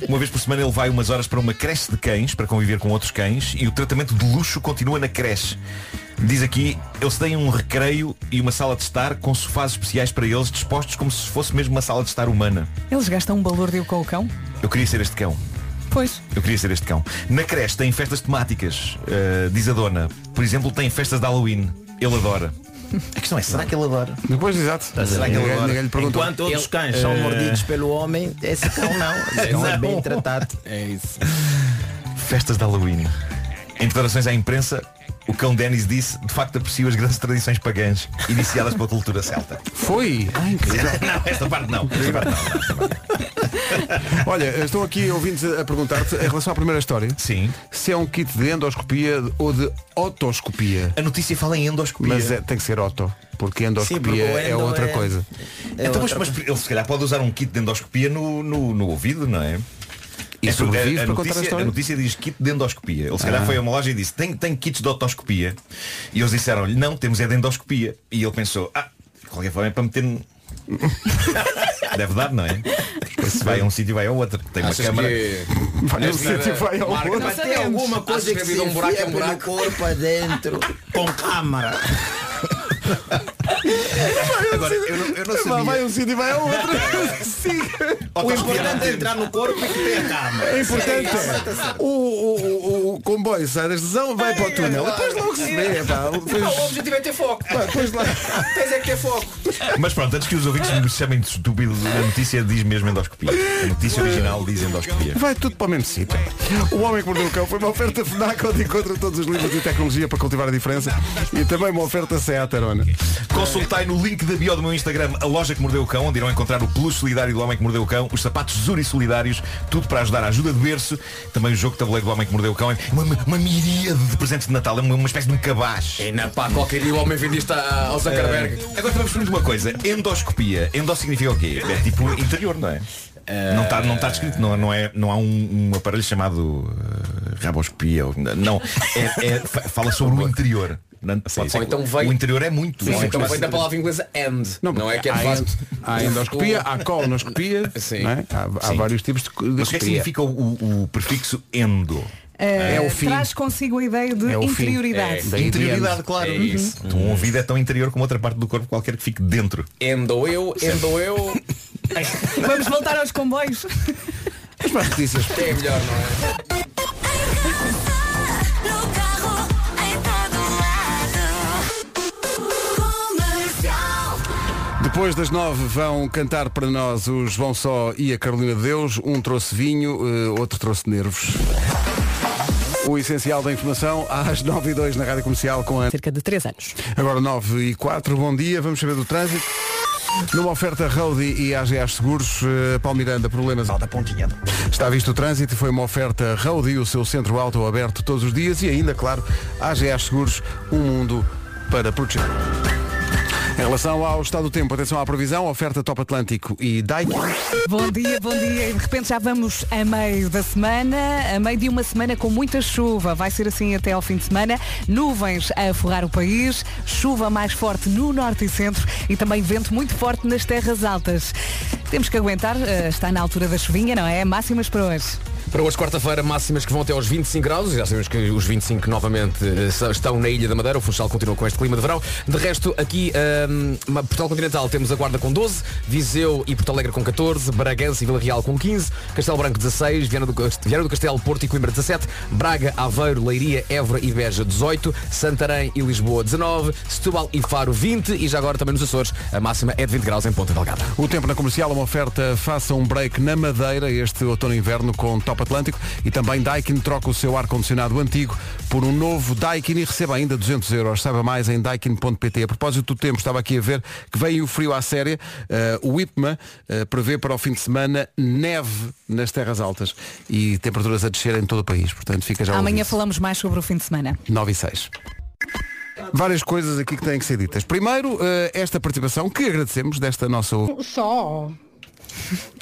Speaker 15: uma vez por semana ele vai umas horas para uma creche de cães para conviver com outros cães e o tratamento de luxo continua na creche. Diz aqui, eles têm um recreio e uma sala de estar com sofás especiais para eles dispostos como se fosse mesmo uma sala de estar humana.
Speaker 4: Eles gastam um balúrdio com o cão?
Speaker 15: Eu queria ser este cão.
Speaker 4: Pois.
Speaker 15: Eu queria ser este cão. Na creche tem festas temáticas, eh, diz a dona. Por exemplo, tem festas de Halloween. Ele adora. A questão é, será que ele adora?
Speaker 1: Depois, exato.
Speaker 15: Será que ele
Speaker 1: Ninguém-
Speaker 15: adora?
Speaker 1: ninguém lhe perguntou.
Speaker 16: Enquanto outros cães são
Speaker 15: Eh,
Speaker 16: mordidos pelo homem, É esse cão não. Esse cão é bem tratado. É isso.
Speaker 15: Festas de Halloween. Em declarações à imprensa, o cão Denis disse, de facto aprecio as grandes tradições pagãs, iniciadas pela cultura celta.
Speaker 1: Foi! Ai, incrível.
Speaker 15: não, esta parte não. Esta parte não.
Speaker 1: Olha, estão aqui ouvintes a a perguntar-te, em relação à primeira história,
Speaker 15: Sim.
Speaker 1: se é um kit de endoscopia ou de otoscopia.
Speaker 15: A notícia fala em endoscopia.
Speaker 1: Mas é- tem que ser oto, porque endoscopia
Speaker 15: Sim, porque o
Speaker 1: é
Speaker 15: endo
Speaker 1: outra
Speaker 15: é-
Speaker 1: coisa.
Speaker 15: então, mas, mas ele se calhar pode usar um kit de endoscopia no, no, no ouvido, não é?
Speaker 1: E
Speaker 15: É porque
Speaker 1: sobrevive
Speaker 15: a, a,
Speaker 1: para contar a
Speaker 15: notícia,
Speaker 1: história?
Speaker 15: notícia diz kit de endoscopia. Ele se calhar
Speaker 1: Ah.
Speaker 15: foi a uma loja e disse, tem, tem kits de otoscopia. E eles disseram-lhe, não, temos é de endoscopia. E ele pensou, ah, de qualquer forma é para meter no- Deve dar, não é? Porque se vai a um sítio vai ao outro. Tem uma
Speaker 7: Achas
Speaker 15: câmara.
Speaker 7: que- é-
Speaker 1: Vai a um
Speaker 15: Deve ser-
Speaker 1: sítio, vai ao
Speaker 15: é Marca-
Speaker 1: outro.
Speaker 15: Mas
Speaker 16: Tem alguma coisa
Speaker 7: Acho
Speaker 16: que
Speaker 7: que
Speaker 16: se
Speaker 7: havia um buraco,
Speaker 16: enfia
Speaker 7: é um
Speaker 16: pelo
Speaker 7: buraco.
Speaker 16: corpo adentro com câmara.
Speaker 15: Agora, eu não, eu não
Speaker 1: Vai,
Speaker 15: sabia.
Speaker 1: vai a um sítio e vai ao outro. Siga.
Speaker 16: O importante é entrar no corpo e que tem a câmara.
Speaker 1: É importante. O, o, o, o comboio sai da estação, vai
Speaker 15: É.
Speaker 1: para o túnel. Depois logo se vê. Pá. Depois-
Speaker 7: O objetivo é ter foco.
Speaker 1: pá, depois lá.
Speaker 7: Tens é que ter foco.
Speaker 15: Mas pronto, antes que os ouvintes me chamem de estúpido, a notícia diz mesmo endoscopia. A notícia original diz endoscopia.
Speaker 1: Vai tudo para o mesmo sítio. O Homem que Mordeu o Cão foi uma oferta FNAC onde encontra todos os livros de tecnologia para cultivar a diferença e também uma oferta Seat Arona.
Speaker 15: Consultai no link da bio do meu Instagram a loja que mordeu o cão, onde irão encontrar o peluche solidário do homem que mordeu o cão, os sapatos Zuri solidários, tudo para ajudar a ajuda de berço, também o jogo de tabuleiro do homem que mordeu o cão, é uma, uma miríade de presentes de Natal, é uma, uma espécie de um cabaz.
Speaker 7: E na pá, qualquer dia o homem vende isto a- ao Zuckerberg.
Speaker 15: Eh, agora vamos descobrir uma coisa, endoscopia. Endo significa o quê? É tipo interior, não é?
Speaker 7: Eh,
Speaker 15: Não está não tá descrito, não, não, é, não há um, um aparelho chamado eh, raboscopia. ou- Não, é, é- fa- fala sobre o interior. Não- pode ser
Speaker 7: Ou
Speaker 15: que-
Speaker 7: então veio-
Speaker 15: O interior é muito.
Speaker 7: Sim,
Speaker 15: não é?
Speaker 7: então vem
Speaker 15: Mas-
Speaker 7: da palavra inglesa end. Não,
Speaker 1: Não,
Speaker 7: é que é de
Speaker 1: há
Speaker 7: facto.
Speaker 1: en- Há endoscopia, há colonoscopia, não é? há, há
Speaker 15: Sim.
Speaker 1: vários tipos de, de
Speaker 15: Mas o que é que
Speaker 1: copia.
Speaker 15: significa o, o- o prefixo endo?
Speaker 4: Eh,
Speaker 15: É o fim.
Speaker 4: Traz consigo a ideia de
Speaker 15: É o fim.
Speaker 4: interioridade.
Speaker 15: Da interioridade, claro.
Speaker 7: É isso.
Speaker 15: Então, um ouvido é tão interior como outra parte do corpo qualquer que fique dentro.
Speaker 7: Endo eu, endo eu.
Speaker 15: É.
Speaker 4: Vamos voltar aos comboios.
Speaker 1: Mas para as notícias.
Speaker 7: É melhor, não é?
Speaker 11: Tá
Speaker 1: Depois das nove vão cantar para nós o João Só e a Carolina de Deus. Um trouxe vinho, eh, outro trouxe nervos. O essencial da informação às nove e dois na Rádio Comercial com a...
Speaker 4: Cerca de três anos.
Speaker 1: Agora 9 e 4, bom dia, vamos saber do trânsito. Numa oferta Roadie e AGA Seguros, eh, Paulo Miranda, problemas alta pontinha. Está visto o trânsito, e foi uma oferta Roadie, o seu centro auto aberto todos os dias e ainda, claro, AGA Seguros, um mundo para proteger. Em relação ao estado do tempo, atenção à previsão, oferta Top Atlântico e Daikin.
Speaker 4: Bom dia, bom dia. E de repente já vamos a meio da semana, a meio de uma semana com muita chuva. Vai ser assim até ao fim de semana. Nuvens a forrar o país, chuva mais forte no norte e centro e também vento muito forte nas terras altas. Temos que aguentar, eh, está na altura da chuvinha, não é? Máximas para hoje.
Speaker 7: Para hoje, quarta-feira, máximas que vão até aos 25 graus. Já sabemos que os 25 novamente eh, são- estão na Ilha da Madeira. O Funchal continua com este clima de verão. De resto, aqui, ahm, ma- Portugal Continental, temos a Guarda com 12, Viseu e Porto Alegre com 14, Bragança e Vila Real com 15, Castelo Branco 16, Viana do, Cast- Viana do Castelo, Porto e Coimbra 17, Braga, Aveiro, Leiria, Évora e Beja 18, Santarém e Lisboa 19, Setúbal e Faro 20 e já agora também nos Açores a máxima é de 20 graus em Ponta Delgada.
Speaker 1: O tempo na comercial é uma oferta Faça um break na Madeira este outono e inverno com Top Atlântico e também Daikin troca o seu ar-condicionado antigo por um novo Daikin e receba ainda 200 euros. Saiba mais em daikin.pt. A propósito do tempo, estava aqui a ver que veio o frio à séria. Eh, o IPMA eh, prevê para o fim de semana neve nas terras altas e temperaturas a descer em todo o país. Portanto, fica já
Speaker 4: Amanhã
Speaker 1: ouvido.
Speaker 4: falamos mais sobre o fim de semana.
Speaker 1: 9 e 6. Várias coisas aqui que têm que ser ditas. Primeiro, eh, esta participação que agradecemos desta nossa...
Speaker 9: Só.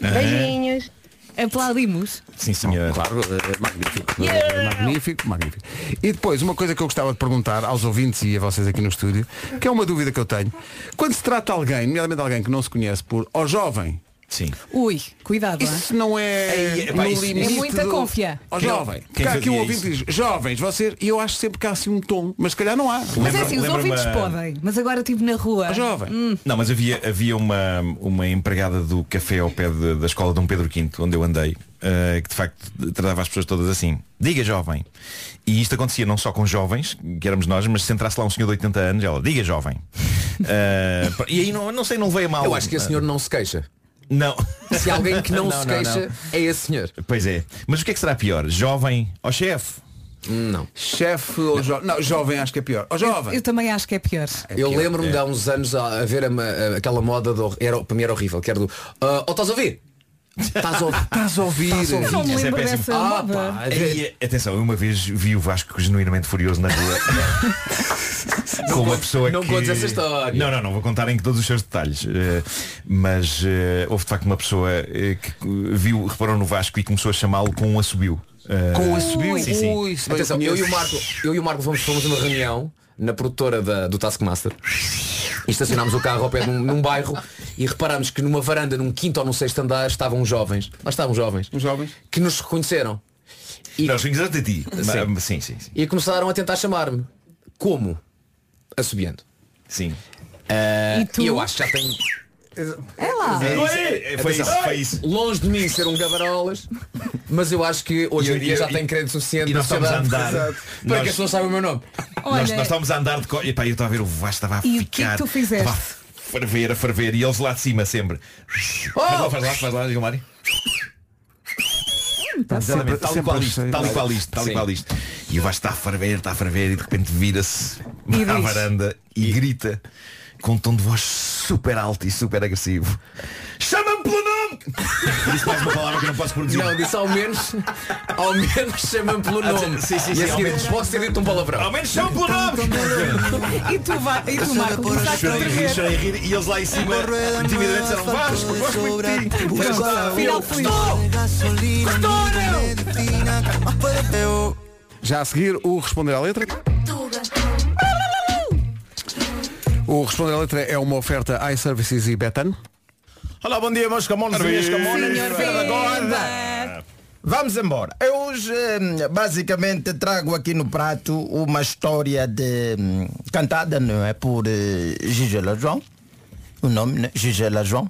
Speaker 1: Ah.
Speaker 9: Beijinhos.
Speaker 4: Aplaudimos.
Speaker 1: Sim, senhora. Claro, eh, magnífico.
Speaker 4: Yeah!
Speaker 1: eh, Magnífico, magnífico. E depois, uma coisa que eu gostava de perguntar aos ouvintes e a vocês aqui no estúdio, que é uma dúvida que eu tenho. Quando se trata alguém, nomeadamente alguém que não se conhece por ó jovem,
Speaker 15: Sim.
Speaker 4: Ui, cuidado. ah.
Speaker 1: Isso não é.
Speaker 4: no limite é muita confia.
Speaker 1: Ó jovem,
Speaker 15: Quem
Speaker 1: porque há aqui
Speaker 15: fazia
Speaker 1: um ouvinte que diz, jovens, vocês, e eu acho sempre que há assim um tom, mas se calhar não há.
Speaker 4: Mas é assim, os ouvintes podem. Mas agora estive na rua.
Speaker 1: jovem.
Speaker 7: Hum.
Speaker 15: Não, mas havia, havia uma, uma empregada do café ao pé de- da escola Dom Pedro V, onde eu andei, eh, que de facto tratava as pessoas todas assim. Diga jovem. E isto acontecia não só com jovens, que éramos nós, mas se entrasse lá um senhor de 80 anos, ela, diga jovem. Eh, e aí não, não sei, não levei a mal. Eh,
Speaker 7: Eu acho que esse senhor não se queixa.
Speaker 15: Não.
Speaker 7: Se alguém que não, se queixa, é esse senhor.
Speaker 15: Pois é. Mas o que é que será pior? Jovem ou chefe?
Speaker 7: Não.
Speaker 1: Chefe ou jovem? Não, jovem acho que é pior. Ó jovem.
Speaker 4: Eu também acho que é pior.
Speaker 7: Eu lembro-me de há uns anos a, a ver a ma- a- aquela moda do, era, para mim era horrível, que era do. "Ah, ou estás a ouvir? Estás a ouvir. Ah, é
Speaker 1: Estás a ouvir.
Speaker 7: Eu não me lembro dessa moda.
Speaker 15: É Aí, atenção, eu uma vez vi o Vasco genuinamente furioso na rua. Com uma pessoa
Speaker 7: não
Speaker 15: que...
Speaker 7: contes essa história.
Speaker 15: Não, não, não vou contar em todos os seus detalhes. Eh, Mas eh, houve de facto uma pessoa eh, que eh, viu, reparou no Vasco e começou a chamá-lo com um assobio. Eh,
Speaker 7: um
Speaker 15: Sim, sim.
Speaker 7: Atenção, eu e o Marco, eu e o Marco fomos, fomos a uma reunião na produtora da- do Taskmaster e estacionámos o carro ao pé de um- num bairro e reparámos que numa varanda, num quinto ou num sexto andar, estavam uns jovens. Lá estavam jovens. Que nos reconheceram. E...
Speaker 15: Nós vimos até ti.
Speaker 7: Sim.
Speaker 15: Mas, sim, sim, sim.
Speaker 7: E começaram a tentar chamar-me. Como? Assobiando.
Speaker 15: Sim.
Speaker 7: e eu acho que já tenho.
Speaker 4: É lá.
Speaker 15: Não é? Foi isso, foi isso.
Speaker 7: Longe de mim ser um gabarolas, mas eu acho que hoje
Speaker 15: E-
Speaker 7: em dia
Speaker 15: e-
Speaker 7: já tenho crédito suficiente
Speaker 15: e nós
Speaker 7: na
Speaker 15: estamos a
Speaker 7: sociedade
Speaker 15: andar.
Speaker 7: para que
Speaker 15: Nós-
Speaker 7: as pessoas saibam o meu nome.
Speaker 15: Nós, nós estávamos a andar de co... Epá, eu estava a ver o Vasco estava a
Speaker 7: E o que é que
Speaker 15: ficar.
Speaker 7: tu fizeste?
Speaker 15: estava a ferver, a ferver. E eles lá de cima sempre. Faz lá, faz lá, faz lá, Gilmário. Exatamente, tal e
Speaker 1: sempre
Speaker 15: qual
Speaker 1: achei.
Speaker 15: isto, tal e qual isto, tal e
Speaker 1: Sim.
Speaker 15: qual isto. E o Vasco está a ferver, está a ferver e de repente vira-se à
Speaker 1: diz.
Speaker 15: varanda e grita com um tom de voz super alto e super agressivo. Chama-me pelo nome! Disse mais uma palavra que não posso produzir.
Speaker 7: Não, disse ao menos, ao menos chama-me pelo
Speaker 15: Ah,
Speaker 7: nome.
Speaker 15: sim, sim,
Speaker 7: e
Speaker 15: sim,
Speaker 7: a
Speaker 15: ao
Speaker 7: seguir,
Speaker 15: menos.
Speaker 7: posso ter dito um palavrão.
Speaker 15: Ao menos chama-me pelo nome!
Speaker 4: E tu, vai, e tu Marco,
Speaker 15: Eu
Speaker 4: começaste a
Speaker 15: chorei a rir,
Speaker 4: tremer.
Speaker 15: chorei a rir e eles lá em cima intimidamente disseram Vasco, gosto muito de ti.
Speaker 2: Sobre
Speaker 15: Vasco,
Speaker 2: a
Speaker 15: está,
Speaker 2: tua
Speaker 1: Já a seguir, o Responder à Letra. O Responder à Letra é uma oferta iServices e Betan.
Speaker 16: Olá, bom dia, meus camões e minhas camões.
Speaker 1: Senhor
Speaker 16: Agora. Vamos embora. Eu hoje, hum, basicamente, trago aqui no prato uma história de hum, cantada, não é? Por eh, Gisela João. O nome, né? Gisela João.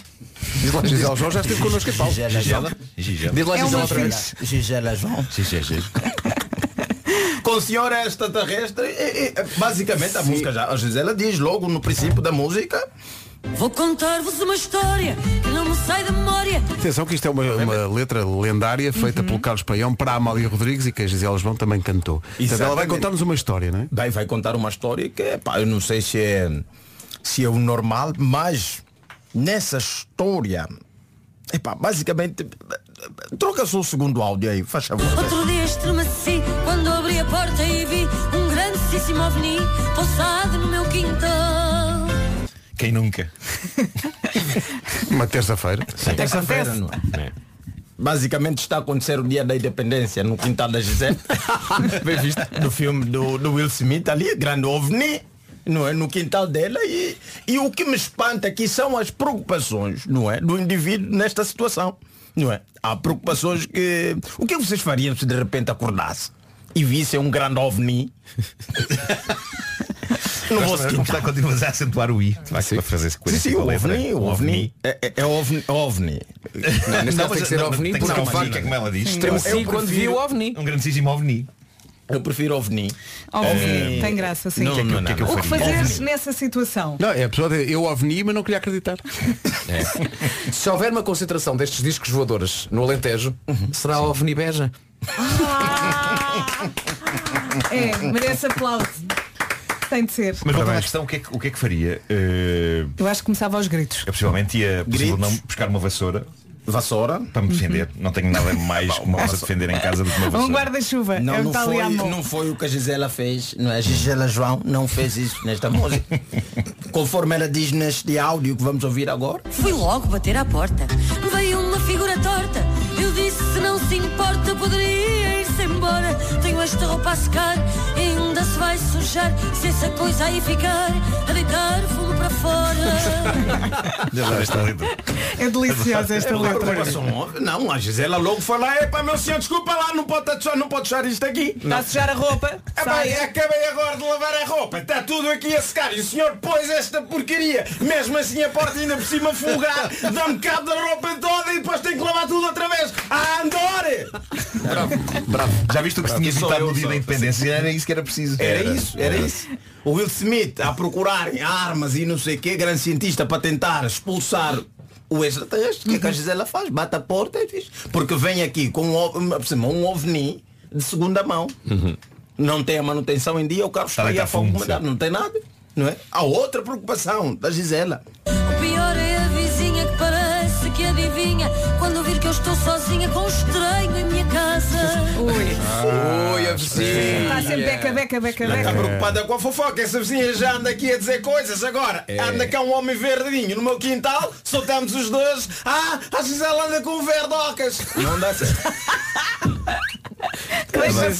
Speaker 1: Gisela João já esteve connosco em palco.
Speaker 16: Gisela João.
Speaker 15: Gisela.
Speaker 1: Diz lá Gisela outra vez.
Speaker 16: Gisela João.
Speaker 15: Gisela.
Speaker 16: Com senhora extraterrestre, e, e, basicamente a música já. A Gisela diz logo no princípio da música.
Speaker 2: Vou contar-vos uma história que não me sai da memória.
Speaker 1: Atenção que isto é uma, uma letra lendária feita pelo Carlos Paião para a Amália Rodrigues e que a Gisela João também cantou. Portanto, ela vai
Speaker 16: Exatamente.
Speaker 1: contar-nos uma história, não é?
Speaker 16: Daí vai contar uma história que, pá, eu não sei se é, se é o normal, mas nessa história, epá, basicamente, troca-se o segundo áudio aí, faz favor.
Speaker 2: Outro dia estremeci quando abri a porta e vi um grandíssimo ovni pousado no meu quintal.
Speaker 15: Quem nunca?
Speaker 1: Uma terça-feira.
Speaker 16: Sim. Terça-feira, não é? Basicamente está a acontecer o dia da independência no quintal da Gisele. Bem visto. Do filme do, do Will Smith ali, grande ovni. Não é? No quintal dela e, e o que me espanta aqui são as preocupações não é? do indivíduo nesta situação.
Speaker 7: Não é? Há preocupações que. O que é que vocês fariam se de repente acordasse e vissem um grande ovni? Não vou
Speaker 15: Gosto de ver como
Speaker 7: citar.
Speaker 15: está, continuas a acentuar o I. Vai ser para fazer
Speaker 7: Sim,
Speaker 15: sequência
Speaker 7: sim,
Speaker 15: com a
Speaker 7: o
Speaker 15: letra.
Speaker 7: ovni, o ovni. É, é- é ovni. ovni.
Speaker 15: Não, neste caso
Speaker 7: mas-
Speaker 15: tem que ser ovni,
Speaker 7: tem que
Speaker 15: porque
Speaker 7: ser
Speaker 15: a
Speaker 7: ovni,
Speaker 15: vaca, como ela diz,
Speaker 7: Sim,
Speaker 15: estremeci
Speaker 7: eu- eu
Speaker 15: quando
Speaker 7: prefiro-
Speaker 15: vi o
Speaker 18: ovni.
Speaker 15: Um grandíssimo ovni.
Speaker 7: Eu prefiro ovni.
Speaker 4: Ovni,
Speaker 7: Eh,
Speaker 4: tem graça, sim.
Speaker 15: é
Speaker 7: Não, não, não, não.
Speaker 4: o que fazeres nessa situação?
Speaker 1: Não, é a pessoa de, eu ovni, mas não queria acreditar.
Speaker 18: Se houver uma concentração destes discos voadores no Alentejo,
Speaker 16: Uhum.
Speaker 18: será a OVNI Beja.
Speaker 7: Ah!
Speaker 4: É, merece aplauso. Tem de ser.
Speaker 15: Mas voltando à questão, o que é que, o que, é que faria? Eh,
Speaker 4: Eu acho que começava aos gritos.
Speaker 15: eu possivelmente ia possível
Speaker 4: Gritos.
Speaker 15: não buscar uma vassoura.
Speaker 7: Vassoura?
Speaker 15: Para me defender. Não tenho nada mais que uma coisa a defender em casa do que uma vassoura.
Speaker 4: Um guarda-chuva. É
Speaker 7: Não,
Speaker 4: o que
Speaker 7: não,
Speaker 4: está ali à
Speaker 7: foi,
Speaker 4: mão.
Speaker 7: não foi o que a Gisela fez. Não é? A Gisela João não fez isso nesta música. Conforme ela diz neste áudio que vamos ouvir agora.
Speaker 2: Fui logo bater à porta. Veio uma figura torta. Eu disse: se não se importa, poderia ir-se embora. Tenho esta roupa a secar, ainda se vai sujar. Se essa coisa aí ficar, a deitar fumo para fora.
Speaker 4: É deliciosa esta letra.
Speaker 7: um Não, a Gisela logo foi lá, epa meu senhor, desculpa lá, não pode deixar, não pode deixar isto aqui.
Speaker 4: Está a sujar a roupa.
Speaker 7: É bem, acabei agora de lavar a roupa, está tudo aqui a secar e o senhor pôs esta porcaria, mesmo assim a porta ainda por cima folgar, dá-me cabo da roupa toda e depois tenho que lavar tudo outra vez. Ah, Andore!
Speaker 15: Já viste o que se tinha
Speaker 7: Sou
Speaker 15: evitado
Speaker 7: eu,
Speaker 15: no dia
Speaker 7: sou.
Speaker 15: da independência? Era isso que era preciso.
Speaker 7: Era, isso, era isso. O Will Smith a procurar armas e não sei o que, grande cientista para tentar expulsar o extraterrestre. O que é que a Gisela faz? Bate a porta e diz. Porque vem aqui com um, ov- uma- por cima, um ovni de segunda mão. Não tem a manutenção em dia, o carro está aí Tá a fogo, mas não tem nada. Não é? Há outra preocupação da Gisela.
Speaker 2: O pior é a vizinha que parece que adivinha quando ouvir que eu estou sozinha com um estranho em minha casa. Ui.
Speaker 18: Ui, a vizinha.
Speaker 4: Está Tá sempre beca, beca, beca,
Speaker 7: Não está
Speaker 4: beca.
Speaker 7: preocupada com a fofoca, essa vizinha já anda aqui a dizer coisas agora.
Speaker 18: É.
Speaker 7: Anda cá um homem verdinho no meu quintal, soltamos os dois. Ah, a Gisela anda com um verdocas. Não dá certo.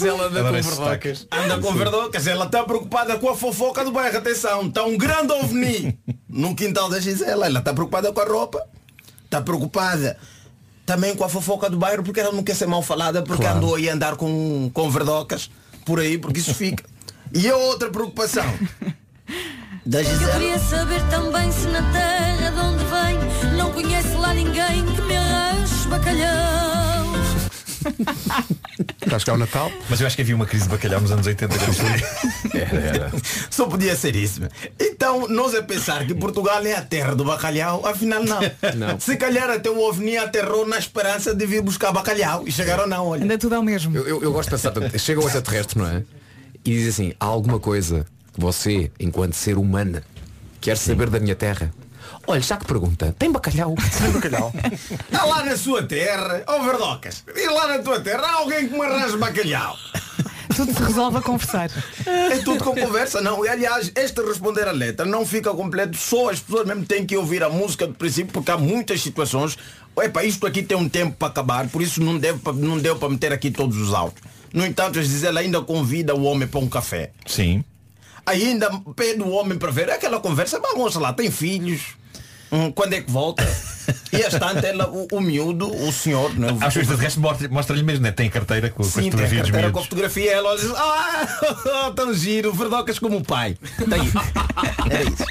Speaker 18: Ela anda com verdocas.
Speaker 7: é Anda com um verdocas, ela está preocupada com a fofoca do bairro. Atenção, está um grande ovni no quintal da Gisela. Ela está preocupada com a roupa, está preocupada também com a fofoca do bairro, porque ela não quer ser mal falada, porque andou aí a andar com, com verdocas por aí, porque isso fica. E a outra preocupação da
Speaker 2: Eu
Speaker 7: Gisela.
Speaker 2: queria saber também se na terra de onde venho não conhece lá ninguém que me arranje bacalhau.
Speaker 15: Está a chegar o Natal. Mas eu acho que havia uma crise de bacalhau nos anos 80. era, era.
Speaker 7: Só podia ser isso. meu. Então, nós a pensar que Portugal é a terra do bacalhau, afinal não.
Speaker 18: Não.
Speaker 7: Se calhar até o OVNI aterrou na esperança de vir buscar bacalhau. E chegaram não, olha.
Speaker 4: Ainda tudo ao mesmo.
Speaker 18: Eu, eu- eu gosto de pensar, portanto, chega o extraterrestre, não é? E diz assim, há alguma coisa que você, enquanto ser humana, quer saber da minha terra? Olha, já que pergunta, tem bacalhau? Tem bacalhau.
Speaker 7: Está lá na sua terra, ó verdocas, e lá na tua terra há alguém que me arranja bacalhau.
Speaker 4: Tudo se resolve a conversar.
Speaker 7: É tudo com conversa, não. E aliás, este responder à letra não fica completo, só as pessoas mesmo têm que ouvir a música do princípio, porque há muitas situações. Epá, isto aqui tem um tempo para acabar, por isso não, deve, pa- não deu para meter aqui todos os autos. No entanto, a Gisela ainda convida o homem para um café.
Speaker 15: Sim.
Speaker 7: Ainda pede o homem para ver. É Aquela conversa, mas moça lá, tem filhos. Hum, quando é que volta? E a estante, ela, o, o miúdo, o senhor, não é?
Speaker 15: Acho que o extraterrestre mostra- mostra-lhe mesmo, né? tem carteira com, com as
Speaker 7: Sim, tem a
Speaker 15: fotografias dos
Speaker 7: carteira com a
Speaker 15: miúdos.
Speaker 7: fotografia ela olha e diz, ah, tão giro, verdocas como o pai. Tá aí. Era isso.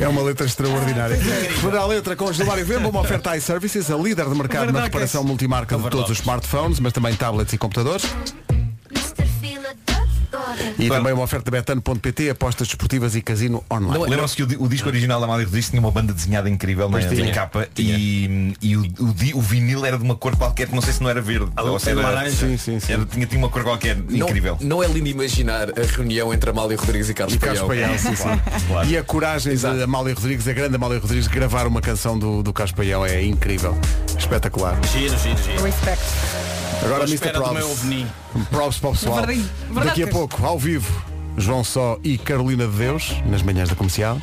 Speaker 1: É uma letra extraordinária. Por a letra com o Gilmário Vemba, uma oferta iServices, a líder de mercado na reparação multimarca de todos os smartphones, mas também tablets e computadores. E também uma oferta betano.pt, apostas desportivas e casino online.
Speaker 7: é
Speaker 15: Lembram-se que o, di- o disco original da Amália Rodrigues tinha uma banda desenhada incrível na,
Speaker 1: Pois tinha.
Speaker 15: na capa e, e o, o di- o vinil era de uma cor qualquer, que não sei se não era verde
Speaker 7: Ah,
Speaker 15: ou se
Speaker 7: era
Speaker 15: era
Speaker 7: laranja. Sim, sim, sim.
Speaker 15: era- tinha, tinha uma cor qualquer
Speaker 18: Não,
Speaker 15: incrível.
Speaker 18: não é lindo imaginar a reunião entre Amália Rodrigues e Carlos
Speaker 1: E Carlos Paião, sim, sim. E a coragem da Amália Rodrigues, a grande Amália Rodrigues, de gravar uma canção do, do Carlos Paião é incrível. Espetacular.
Speaker 7: Giro, giro, giro.
Speaker 4: Respect.
Speaker 1: Agora
Speaker 7: Estou à
Speaker 1: Mr.
Speaker 7: espera do meu
Speaker 1: Props.
Speaker 7: ovni.
Speaker 1: Props para o pessoal.
Speaker 7: Verdade- verdade
Speaker 1: Daqui a
Speaker 7: que-
Speaker 1: pouco, ao vivo, João Só e Carolina de Deus, nas manhãs da comercial.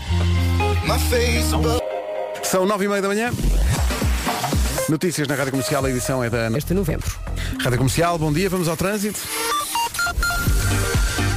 Speaker 1: São nove e meia da manhã. Notícias na Rádio Comercial, a edição é da Ana. Este
Speaker 19: novembro.
Speaker 1: Rádio Comercial, bom dia, vamos ao trânsito.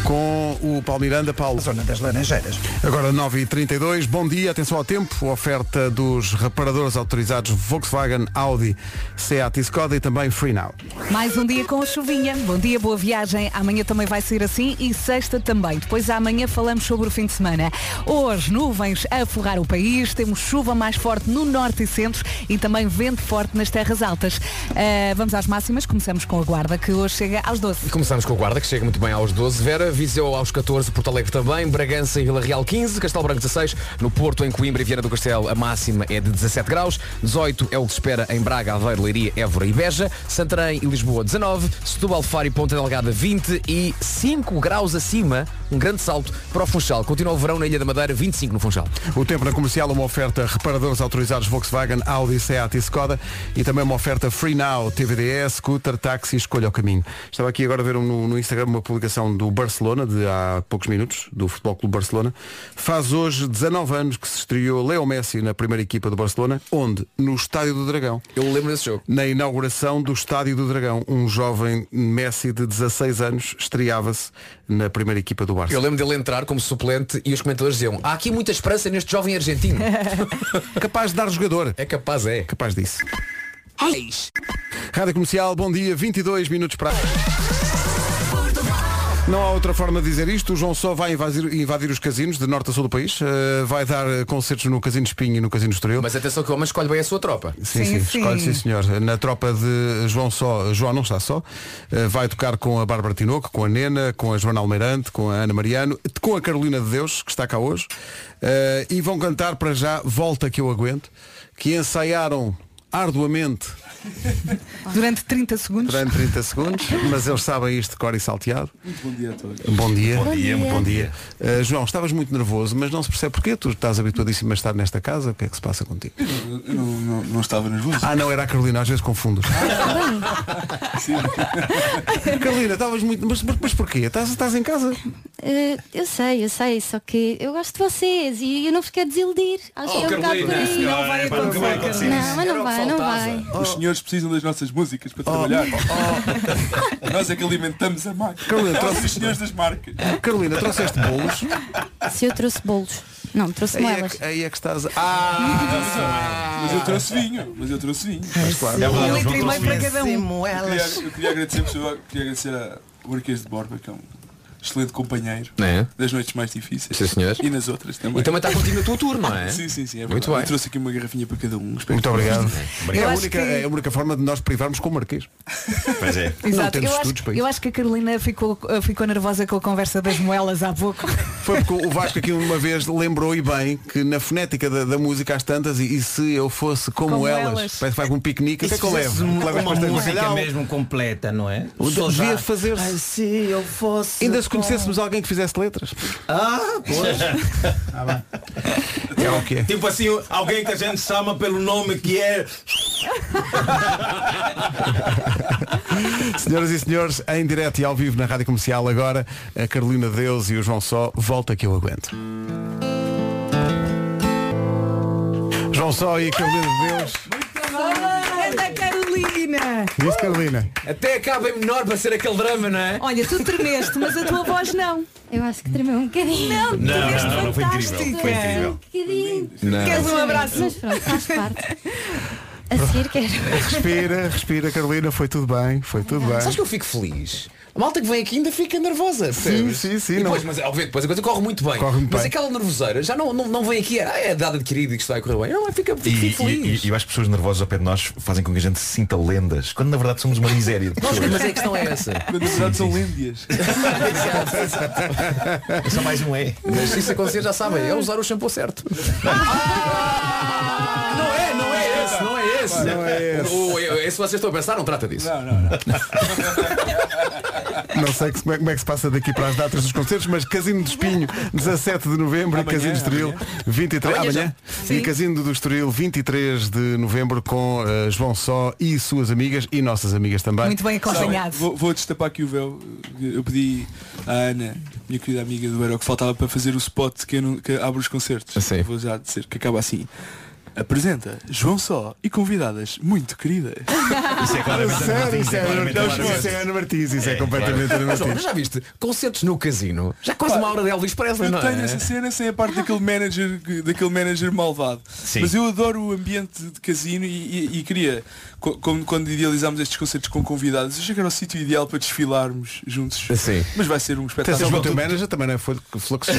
Speaker 1: com o Paulo Miranda. Paulo.
Speaker 3: Zona das Laranjeiras.
Speaker 1: Agora 9h32, bom dia, atenção ao tempo, oferta dos reparadores autorizados Volkswagen, Audi, Seat e Skoda e também Free Now.
Speaker 4: Mais um dia com a chuvinha. Bom dia, boa viagem. Amanhã também vai ser assim e sexta também. Depois amanhã falamos sobre o fim de semana. Hoje, nuvens a forrar o país, temos chuva mais forte no norte e centro e também vento forte nas terras altas. Ah, vamos às máximas, começamos com a guarda que hoje chega aos 12.
Speaker 7: E Começamos com o Guarda, que chega muito bem aos 12. Vera, Viseu aos 14, Porto Alegre também, Bragança e Vila Real 15, Castelo Branco 16, no Porto, em Coimbra e Viana do Castelo a máxima é de 17 graus, 18 é o que se espera em Braga, Aveiro, Leiria, Évora e Beja, Santarém e Lisboa 19, Setúbal, Faro e Ponta Delgada 20 e 5 graus acima, um grande salto para o Funchal. Continua o verão na Ilha da Madeira, 25 no Funchal.
Speaker 1: O tempo na comercial, uma oferta reparadores autorizados Volkswagen, Audi, Seat e Skoda e também uma oferta Free Now, TVDS, scooter, táxi, escolha o caminho. Estava aqui agora a ver um no, no Instagram uma publicação do Barcelona, de há poucos minutos, do Futebol Clube Barcelona. Faz hoje 19 anos que se estreou Leo Messi na primeira equipa do Barcelona, onde? No Estádio do Dragão.
Speaker 7: Eu lembro desse jogo.
Speaker 1: Na inauguração do Estádio do Dragão, um jovem Messi de 16 anos estreava-se na primeira equipa do Barça.
Speaker 7: Eu lembro dele entrar como suplente e os comentadores diziam há aqui muita esperança neste jovem argentino.
Speaker 1: capaz de dar jogador.
Speaker 7: É capaz, é.
Speaker 1: Capaz disso. Rádio Comercial, bom dia, 22 minutos para... Não há outra forma de dizer isto. O João só vai invadir, invadir os casinos de norte a sul do país. Eh, vai dar eh, concertos no Casino Espinho e no Casino Estoril.
Speaker 7: Mas atenção que o homem escolhe bem a sua tropa.
Speaker 1: Sim, sim, escolhe sim senhor. Na tropa de João só, João não está só. Eh, Vai tocar com a Bárbara Tinoco, com a Nena, com a Joana Almeirante, com a Ana Mariano, com a Carolina de Deus, que está cá hoje. Eh, E vão cantar para já Volta que eu aguento, que ensaiaram arduamente
Speaker 4: Durante 30 segundos.
Speaker 1: durante 30 segundos, mas eles sabem isto de cor e salteado.
Speaker 20: Muito bom dia a todos.
Speaker 1: Bom dia.
Speaker 20: Bom dia, muito
Speaker 1: bom dia. Eh, João, estavas muito nervoso, mas não se percebe porquê. Tu estás habituadíssimo a estar nesta casa. O que é que se passa contigo?
Speaker 20: Eu não, não- não estava nervoso.
Speaker 1: Ah, não, era a Carolina. Às vezes confundo.
Speaker 20: Ah, Sim.
Speaker 1: Carolina, estavas muito... Mas, mas porquê? Estás, estás em casa?
Speaker 21: Eh, eu sei, eu sei, só que eu gosto de vocês e eu não vos quero desiludir. Acho que é um bocado por aí. Não, mas não vai, não vai.
Speaker 7: Oh.
Speaker 20: Os senhores precisam das nossas músicas para trabalhar.
Speaker 7: Oh.
Speaker 20: Nós é que alimentamos a marca.
Speaker 1: Carolina,
Speaker 20: Nós
Speaker 1: trouxe-
Speaker 20: os senhores das marcas.
Speaker 1: Carolina, trouxeste bolos?
Speaker 21: Se eu trouxe bolos. Não, trouxe
Speaker 1: Aí é
Speaker 21: moelas.
Speaker 1: que- Aí é que estás... Ah!
Speaker 20: Mas eu trouxe vinho. Mas eu trouxe vinho.
Speaker 1: claro. É verdade, Um litro e meio para cada um.
Speaker 20: Eu queria, eu queria agradecer, pessoal, eu queria agradecer a- ao Marquês de Borba, que é um excelente companheiro
Speaker 7: É.
Speaker 20: das noites mais difíceis.
Speaker 7: Sim, senhor.
Speaker 20: E nas outras também.
Speaker 7: E também está contigo na tua tour, não é?
Speaker 20: Sim, sim, sim. É
Speaker 7: Muito
Speaker 20: Muito
Speaker 7: bem.
Speaker 20: Eu trouxe aqui uma garrafinha para cada um. Espero
Speaker 1: Muito
Speaker 20: que
Speaker 1: obrigado.
Speaker 20: gostem.
Speaker 1: É a,
Speaker 4: acho
Speaker 1: única,
Speaker 4: que-
Speaker 1: é a única forma de nós privarmos com o Marquês.
Speaker 20: Pois é.
Speaker 1: Não temos
Speaker 4: eu,
Speaker 1: estudos
Speaker 4: acho,
Speaker 1: para
Speaker 4: eu
Speaker 1: isso.
Speaker 4: acho que a Carolina ficou, eh, ficou nervosa com a conversa das moelas há pouco.
Speaker 1: Foi porque o Vasco aqui uma vez lembrou e bem que na fonética da, da música às tantas e, e se eu fosse como,
Speaker 4: Como
Speaker 1: elas,
Speaker 4: elas.
Speaker 1: parece que vai com um piquenique, o que é que eu levo?
Speaker 16: Uma,
Speaker 1: Levo as
Speaker 16: uma
Speaker 1: pastas de
Speaker 16: música
Speaker 1: bacalhau?
Speaker 16: mesmo completa, não é?
Speaker 1: O
Speaker 16: Só
Speaker 1: devia
Speaker 16: já.
Speaker 1: fazer-se.
Speaker 16: Ai, se eu fosse.
Speaker 1: Ainda se
Speaker 16: com-
Speaker 1: conhecêssemos alguém que fizesse letras. Ah,
Speaker 16: Ah, pois.
Speaker 1: É o que é.
Speaker 22: Tipo assim, alguém que a gente chama pelo nome que é.
Speaker 1: Senhoras e senhores, em direto e ao vivo na Rádio Comercial agora, a Carolina Deus e o João Só, volta que eu aguento. João Só e a Carolina Deus.
Speaker 4: Anda Carolina!
Speaker 1: Diz Carolina.
Speaker 7: Até acaba em menor para ser aquele drama, não é?
Speaker 4: Olha, tu tremeste, mas a tua voz não.
Speaker 21: Eu acho que tremeu um bocadinho.
Speaker 4: Não, tu
Speaker 7: Não,
Speaker 4: és
Speaker 7: não, não, foi incrível,
Speaker 4: fantástica.
Speaker 7: foi incrível.
Speaker 21: Um bocadinho.
Speaker 7: Não.
Speaker 4: Queres um abraço?
Speaker 21: Mas pronto, faz parte. A seguir quero.
Speaker 1: Respira, respira, Carolina, foi tudo bem, foi tudo bem.
Speaker 7: Sabes que eu fico feliz? A malta que vem aqui ainda fica nervosa.
Speaker 1: Sim,
Speaker 7: percebes?
Speaker 1: sim, sim,
Speaker 7: E
Speaker 1: não-
Speaker 7: Depois, mas, obviamente, depois a coisa corre muito bem.
Speaker 1: Corre muito
Speaker 7: mas
Speaker 1: bem.
Speaker 7: aquela nervoseira já não, não, não vem aqui, ah, é dado adquirido e que isto vai correr bem. Não, é, fica,
Speaker 15: E,
Speaker 7: fico,
Speaker 15: e,
Speaker 7: fico feliz.
Speaker 15: e- e eu acho que pessoas nervosas ao pé de nós fazem com que a gente se sinta lendas, quando na verdade somos uma miséria. de
Speaker 7: Nós,
Speaker 15: pessoas.
Speaker 7: mas a questão é essa.
Speaker 20: Quando na verdade são lêndias.
Speaker 15: É Só mais um é.
Speaker 7: Mas se isso acontecer já sabem, é usar o shampoo certo. Não é, não é esse, não é esse.
Speaker 1: Não é esse.
Speaker 7: O- o- esse vocês estão a pensar, não trata disso.
Speaker 1: Não sei que- como é, como é que se passa daqui para as datas dos concertos, mas Casino de Espinho, 17 de novembro,
Speaker 20: Amanhã,
Speaker 1: Casino de Estoril, 23
Speaker 20: Amanhã já.
Speaker 1: amanhã, e
Speaker 20: Sim.
Speaker 1: Casino do Estoril, 23 de novembro, com eh, João Só e suas amigas e nossas amigas também.
Speaker 20: Sabe, Vou, vou destapar aqui o véu. Eu pedi à Ana, minha querida amiga do Euro, que faltava para fazer o spot que, anu- que abre os concertos. Vou já dizer que acaba assim. Apresenta João Só e convidadas muito queridas.
Speaker 1: Isso é claramente Sério, Ana Martins, isso é sério, claramente não, Ana Martins. isso é Ana Martins, isso é completamente Ana
Speaker 7: Mas, olha,
Speaker 1: Martins.
Speaker 7: já viste? Concertos no casino. Já quase uma hora de Elvis Presley,
Speaker 20: Eu
Speaker 7: não
Speaker 20: tenho
Speaker 7: é?
Speaker 20: essa cena sem a parte daquele manager, daquele manager malvado.
Speaker 7: Sim.
Speaker 20: Mas eu adoro o ambiente de casino e, e- e queria, co- como quando idealizámos estes concertos com convidados, eu achei que era o sítio ideal para desfilarmos juntos. Mas vai ser um
Speaker 1: Atenção
Speaker 20: espetáculo.
Speaker 1: que o teu manager também não é fol- fluxo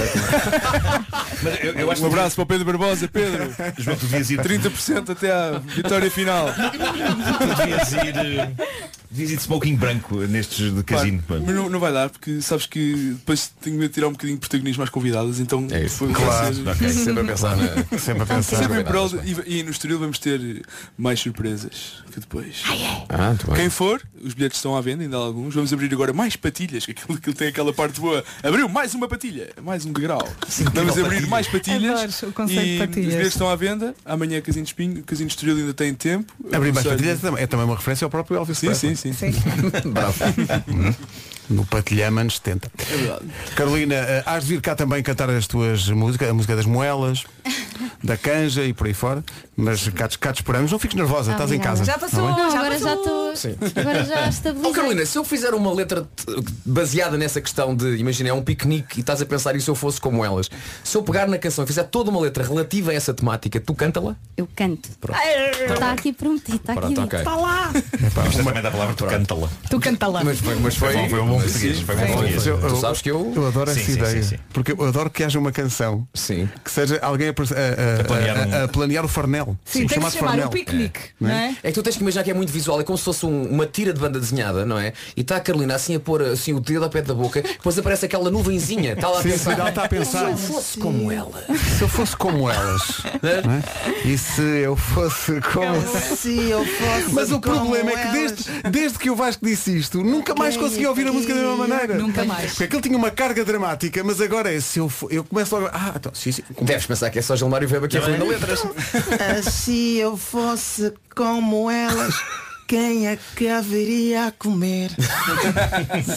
Speaker 20: um abraço para o Pedro Barbosa, Pedro.
Speaker 15: João, tu devias ir-
Speaker 20: 30% até à vitória final.
Speaker 15: Tu devias ir, eh, devias ir de smoking branco nestes de casino. pá.
Speaker 20: Mas não, não vai dar, porque sabes que depois tenho medo de tirar um bocadinho de protagonismo às convidadas, então é isso.
Speaker 15: Claro, ok. Sempre a pensar, né?
Speaker 1: Sempre
Speaker 15: a pensar.
Speaker 20: Sempre em prol de- e, e no Estoril vamos ter mais surpresas que depois.
Speaker 4: é?
Speaker 7: Ah, muito bem.
Speaker 20: Quem for, os bilhetes estão à venda, ainda há alguns. Vamos abrir agora mais patilhas, que aquilo, aquilo tem aquela parte boa. Abriu mais uma patilha, mais um degrau. Vamos
Speaker 4: incrível
Speaker 20: abrir
Speaker 4: patilha.
Speaker 20: mais patilhas.
Speaker 4: Adoro o conceito de
Speaker 20: e
Speaker 4: patilhas.
Speaker 20: Os bilhetes estão à venda. Amanhã Casino de Espinho, Casino de Estoril ainda tem tempo.
Speaker 1: Abrir mais
Speaker 20: Aconselho.
Speaker 1: patilhas é também- é também uma referência ao próprio Elvis
Speaker 20: Sim,
Speaker 1: Presley.
Speaker 20: sim,
Speaker 4: sim.
Speaker 1: Bravo. No Patilhama anos 70. Carolina, eh, has de vir cá também cantar as tuas músicas, a música das moelas, da canja e por aí fora. Mas cá, te- cá te esperamos. Não fiques nervosa, estás em casa. tá bem?
Speaker 21: Não, agora já estou.
Speaker 7: Sim.
Speaker 21: Agora já
Speaker 7: Oh,
Speaker 1: é-
Speaker 7: Carolina, se eu fizer uma letra t- baseada nessa questão de, imagina, é um piquenique e estás a pensar e se eu fosse como elas, se eu pegar na canção e fizer toda uma letra relativa a essa temática, tu canta-la?
Speaker 21: Eu canto.
Speaker 7: Pronto.
Speaker 2: Tá
Speaker 21: Está Tá aqui prometido, está aqui. dito.
Speaker 7: Pronto, ok.
Speaker 4: Tá
Speaker 21: Está lá.
Speaker 15: Gostei também da palavra tu canta-la.
Speaker 4: Tu canta lá.
Speaker 7: Mas foi, mas foi,
Speaker 15: bom, foi um bom
Speaker 7: mas
Speaker 15: português,
Speaker 7: sim,
Speaker 15: foi um bom português.
Speaker 7: foi.
Speaker 1: Eu-
Speaker 7: Tu
Speaker 1: eu-
Speaker 7: sabes que eu.
Speaker 1: Eu adoro
Speaker 7: Sim,
Speaker 1: essa
Speaker 7: sim,
Speaker 1: ideia.
Speaker 7: sim, sim.
Speaker 1: Porque eu adoro que haja uma canção que seja alguém a, pre- a- a- a-
Speaker 7: um-
Speaker 1: a- a planear o farnel. chamado farnel. Não é?
Speaker 7: É que tu tens que imaginar que é muito visual, é como se fosse um- uma tira de banda desenhada, não é? E está a Carolina assim a pôr assim, o dedo ao pé da boca, depois aparece aquela nuvenzinha, está lá a
Speaker 1: Sim,
Speaker 7: pensar.
Speaker 1: sim, ela está a pensar.
Speaker 7: Se eu fosse como ela.
Speaker 1: Se eu fosse como elas. não é? E se eu fosse como
Speaker 4: é?
Speaker 16: Se eu fosse
Speaker 1: Mas o
Speaker 16: como
Speaker 1: problema é que
Speaker 16: elas.
Speaker 1: desde, desde que o Vasco disse isto, nunca mais
Speaker 16: Quem
Speaker 1: consegui ouvir a música da mesma maneira.
Speaker 4: Nunca mais.
Speaker 1: Porque aquilo tinha uma carga dramática, mas agora é se eu for, eu começo logo. a- Ah, então, sim, sim.
Speaker 7: Deves pensar que é só Gilmário Weber que é ruim na letra.
Speaker 16: Ah, Se eu fosse como elas, quem é que haveria a comer?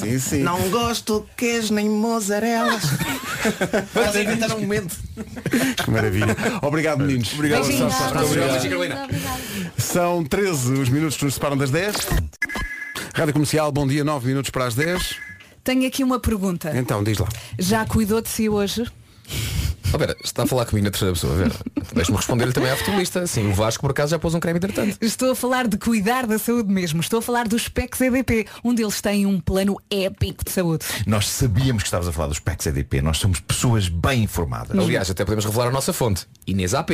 Speaker 1: Sim, sim.
Speaker 16: Não gosto de queijo nem mozarelas. Estás a inventar um momento.
Speaker 1: Que maravilha. Obrigado, meninos.
Speaker 16: Obrigado,
Speaker 1: Obrigado.
Speaker 16: Beijinhos. Sá, Sá.
Speaker 1: Obrigado.
Speaker 16: Beijinhos,
Speaker 1: São 13 os minutos que nos separam das 10. Rádio Comercial, bom dia, 9 minutos para as 10.
Speaker 4: Tenho aqui uma pergunta.
Speaker 1: Então, diz lá.
Speaker 4: Já cuidou de si hoje?
Speaker 7: Oh, Vera, está a falar comigo na terceira pessoa, Vera. Deixa-me responder-lhe também à futebolista. Sim, o Vasco por acaso já pôs um creme hidratante.
Speaker 4: Estou a falar de cuidar da saúde mesmo. Estou a falar dos PECs EDP, onde eles têm um plano épico de saúde.
Speaker 15: Nós sabíamos que estavas a falar dos PECs EDP. Nós somos pessoas bem informadas.
Speaker 1: Uhum.
Speaker 7: Aliás, até podemos revelar a nossa fonte, Inês AP.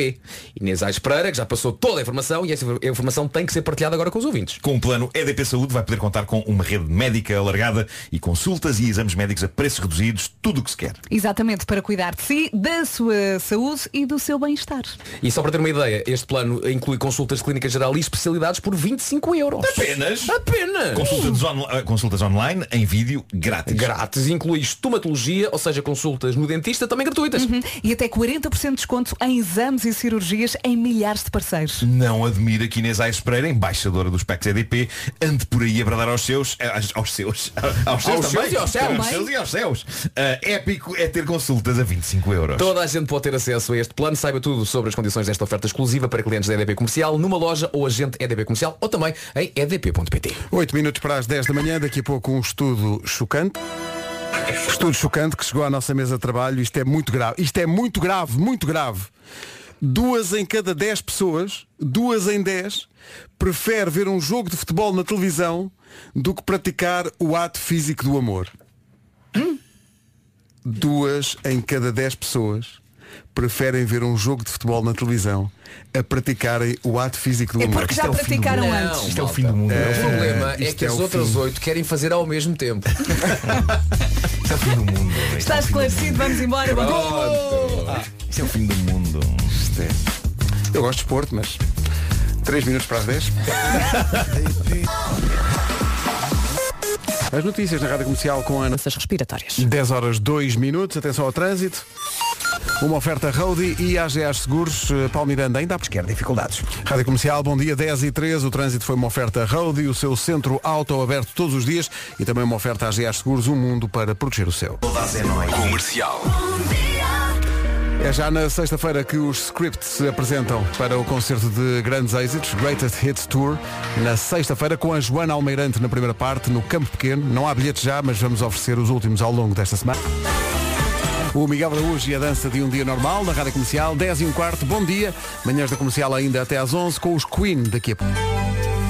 Speaker 7: Inês Aires Pereira, que já passou toda a informação e essa informação tem que ser partilhada agora com os ouvintes.
Speaker 15: Com o plano EDP Saúde vai poder contar com uma rede médica alargada e consultas e exames médicos a preços reduzidos, tudo o que se quer.
Speaker 4: Exatamente, para cuidar de si, da sua saúde e do seu bem-estar.
Speaker 7: E só para ter uma ideia, este plano inclui consultas de clínica geral e especialidades por 25 euros.
Speaker 15: Apenas?
Speaker 7: Apenas!
Speaker 15: Consultas, on- eh, consultas online em vídeo grátis.
Speaker 7: Grátis, inclui estomatologia, ou seja, consultas no dentista também gratuitas.
Speaker 4: Uhum. E até 40% de desconto em exames e cirurgias em milhares de parceiros.
Speaker 15: Não admira que Inês Aires Pereira, embaixadora dos PECs EDP, ande por aí a bradar aos seus, eh, aos- aos seus, aos seus
Speaker 7: Aos
Speaker 15: também.
Speaker 7: seus e aos céus.
Speaker 15: seus e aos céus. Ah, épico é ter consultas a 25 euros.
Speaker 7: Toda a gente pode ter acesso a este plano, saiba tudo sobre as condições desta oferta exclusiva para clientes da EDP Comercial, numa loja ou agente EDP Comercial ou também em edp.pt.
Speaker 1: 8 minutos para as 10 da manhã, daqui a pouco um estudo chocante. Estudo chocante que chegou à nossa mesa de trabalho, isto é muito grave, isto é muito grave, muito grave. Duas em cada 10 pessoas, duas em 10, prefere ver um jogo de futebol na televisão do que praticar o ato físico do amor.
Speaker 4: Hum?
Speaker 1: Duas em cada 10 pessoas preferem ver um jogo de futebol na televisão a praticarem o ato físico do
Speaker 4: É
Speaker 1: amor.
Speaker 4: porque já praticaram antes.
Speaker 7: Isto é o fim do mundo.
Speaker 1: É,
Speaker 7: o problema é
Speaker 1: isto
Speaker 7: que
Speaker 1: é
Speaker 7: as
Speaker 1: o
Speaker 7: outras
Speaker 1: fim.
Speaker 7: oito querem fazer ao mesmo tempo.
Speaker 15: é
Speaker 4: Está esclarecido, vamos embora. Bom-
Speaker 15: Isto é o fim do mundo.
Speaker 1: Isto é- Eu gosto de esporte, mas 3 minutos para as 10. As notícias na Rádio Comercial com Ana.
Speaker 4: Essas respiratórias.
Speaker 1: 10 horas 2 minutos, atenção ao trânsito. Uma oferta Roadie e AGA Seguros. Eh, Paulo Miranda, ainda há
Speaker 16: é
Speaker 1: quer dificuldades. Rádio Comercial, bom dia, 10 e 13. O trânsito foi uma oferta Roadie, o seu centro auto aberto todos os dias e também uma oferta AGA Seguros, um mundo para proteger o seu.
Speaker 15: Todas é nóis. Comercial.
Speaker 1: É já na sexta-feira que os scripts se apresentam para o concerto de grandes êxitos, Greatest Hits Tour, na sexta-feira com a Joana Almeirante na primeira parte, no Campo Pequeno. Não há bilhetes já, mas vamos oferecer os últimos ao longo desta semana. O Miguel Araújo e a dança de um dia normal na Rádio Comercial, 10 e um quarto, bom dia. Manhãs da Comercial ainda até às 11 com os Queen daqui a pouco.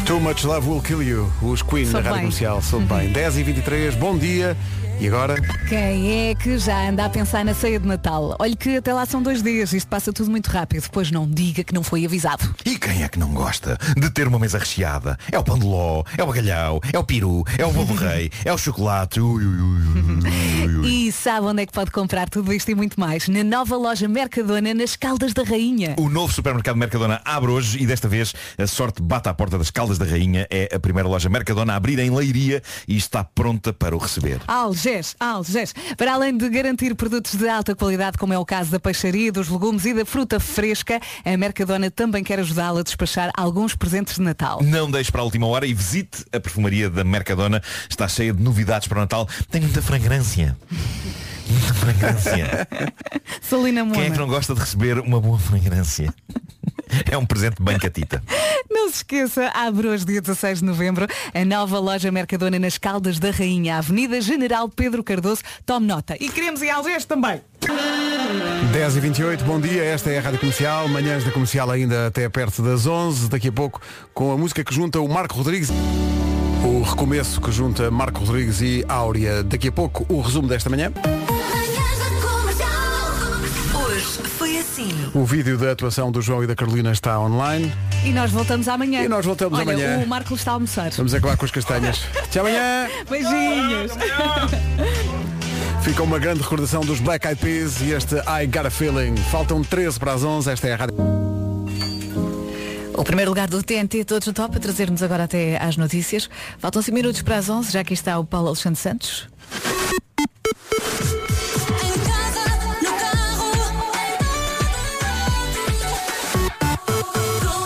Speaker 1: Too Much Love Will Kill You, os Queen
Speaker 4: Soube
Speaker 1: na Rádio
Speaker 4: bem. Uhum.
Speaker 1: Comercial. Soube bem. 10 e 23 bom dia. E agora?
Speaker 4: Quem é que já anda a pensar na ceia de Natal? Olhe que até lá são dois dias, isto passa tudo muito rápido. Depois não diga que não foi avisado.
Speaker 15: E quem é que não gosta de ter uma mesa recheada? É o pão de ló, é o bacalhau, é o peru, é o bolo rei, é o chocolate. Ui, ui, ui, ui, ui, ui.
Speaker 4: E sabe onde é que pode comprar tudo isto e muito mais? Na nova loja Mercadona, nas Caldas da Rainha.
Speaker 15: O novo supermercado Mercadona abre hoje e desta vez a sorte bate à porta das Caldas da Rainha. É a primeira loja Mercadona a abrir em Leiria e está pronta para o receber.
Speaker 4: Algés, Algés. Para além de garantir produtos de alta qualidade, como é o caso da peixaria, dos legumes e da fruta fresca, a Mercadona também quer ajudá-la a despachar alguns presentes de Natal.
Speaker 15: Não deixe para a última hora e visite a perfumaria da Mercadona. Está cheia de novidades para o Natal. Tem muita fragrância. Muita fragrância.
Speaker 4: Salina Mona.
Speaker 15: Quem é que não gosta de receber uma boa fragrância? É um presente bem catita.
Speaker 4: Não se esqueça, abre hoje, dia 16 de novembro, a nova loja Mercadona nas Caldas da Rainha, Avenida General Pedro Cardoso. Tome nota. E queremos ir ao Algés também.
Speaker 1: 10 e 28 bom dia, esta é a Rádio Comercial, manhãs da Comercial ainda até perto das 11, daqui a pouco com a música que junta o Marco Rodrigues. O recomeço que junta Marco Rodrigues e Áurea. Daqui a pouco o resumo desta manhã.
Speaker 12: Hoje foi assim.
Speaker 1: O vídeo da atuação do João e da Carolina está online.
Speaker 4: E nós voltamos amanhã.
Speaker 1: E nós voltamos
Speaker 4: Olha,
Speaker 1: amanhã.
Speaker 4: O Marco está a almoçar.
Speaker 1: Vamos acabar com as castanhas. Até amanhã!
Speaker 4: Beijinhos.
Speaker 1: Fica uma grande recordação dos Black Eyed Peas e este I Got a Feeling. Faltam 13 para as 11, esta é a Rádio.
Speaker 9: O primeiro lugar do TNT Todos no Top, a trazer-nos agora até às notícias. Faltam 5 minutos para as 11, já aqui está o Paulo Alexandre Santos.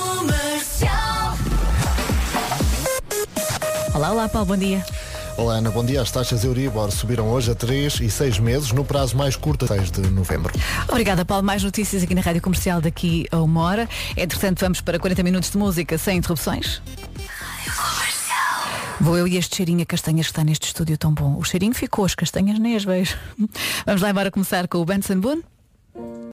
Speaker 12: Comercial.
Speaker 9: Olá, olá Paulo, bom dia.
Speaker 23: Olá Ana, bom dia. As taxas Euribor subiram hoje a 3 e 6 meses, no prazo mais curto, 6 de novembro.
Speaker 9: Obrigada, Paulo. Mais notícias aqui na Rádio Comercial daqui a uma hora. Entretanto, vamos para 40 minutos de música sem interrupções. Vou eu e este cheirinho a castanhas que está neste estúdio tão bom. O cheirinho ficou, as castanhas nem as vejo. Vamos lá embora começar com o Benson Boone.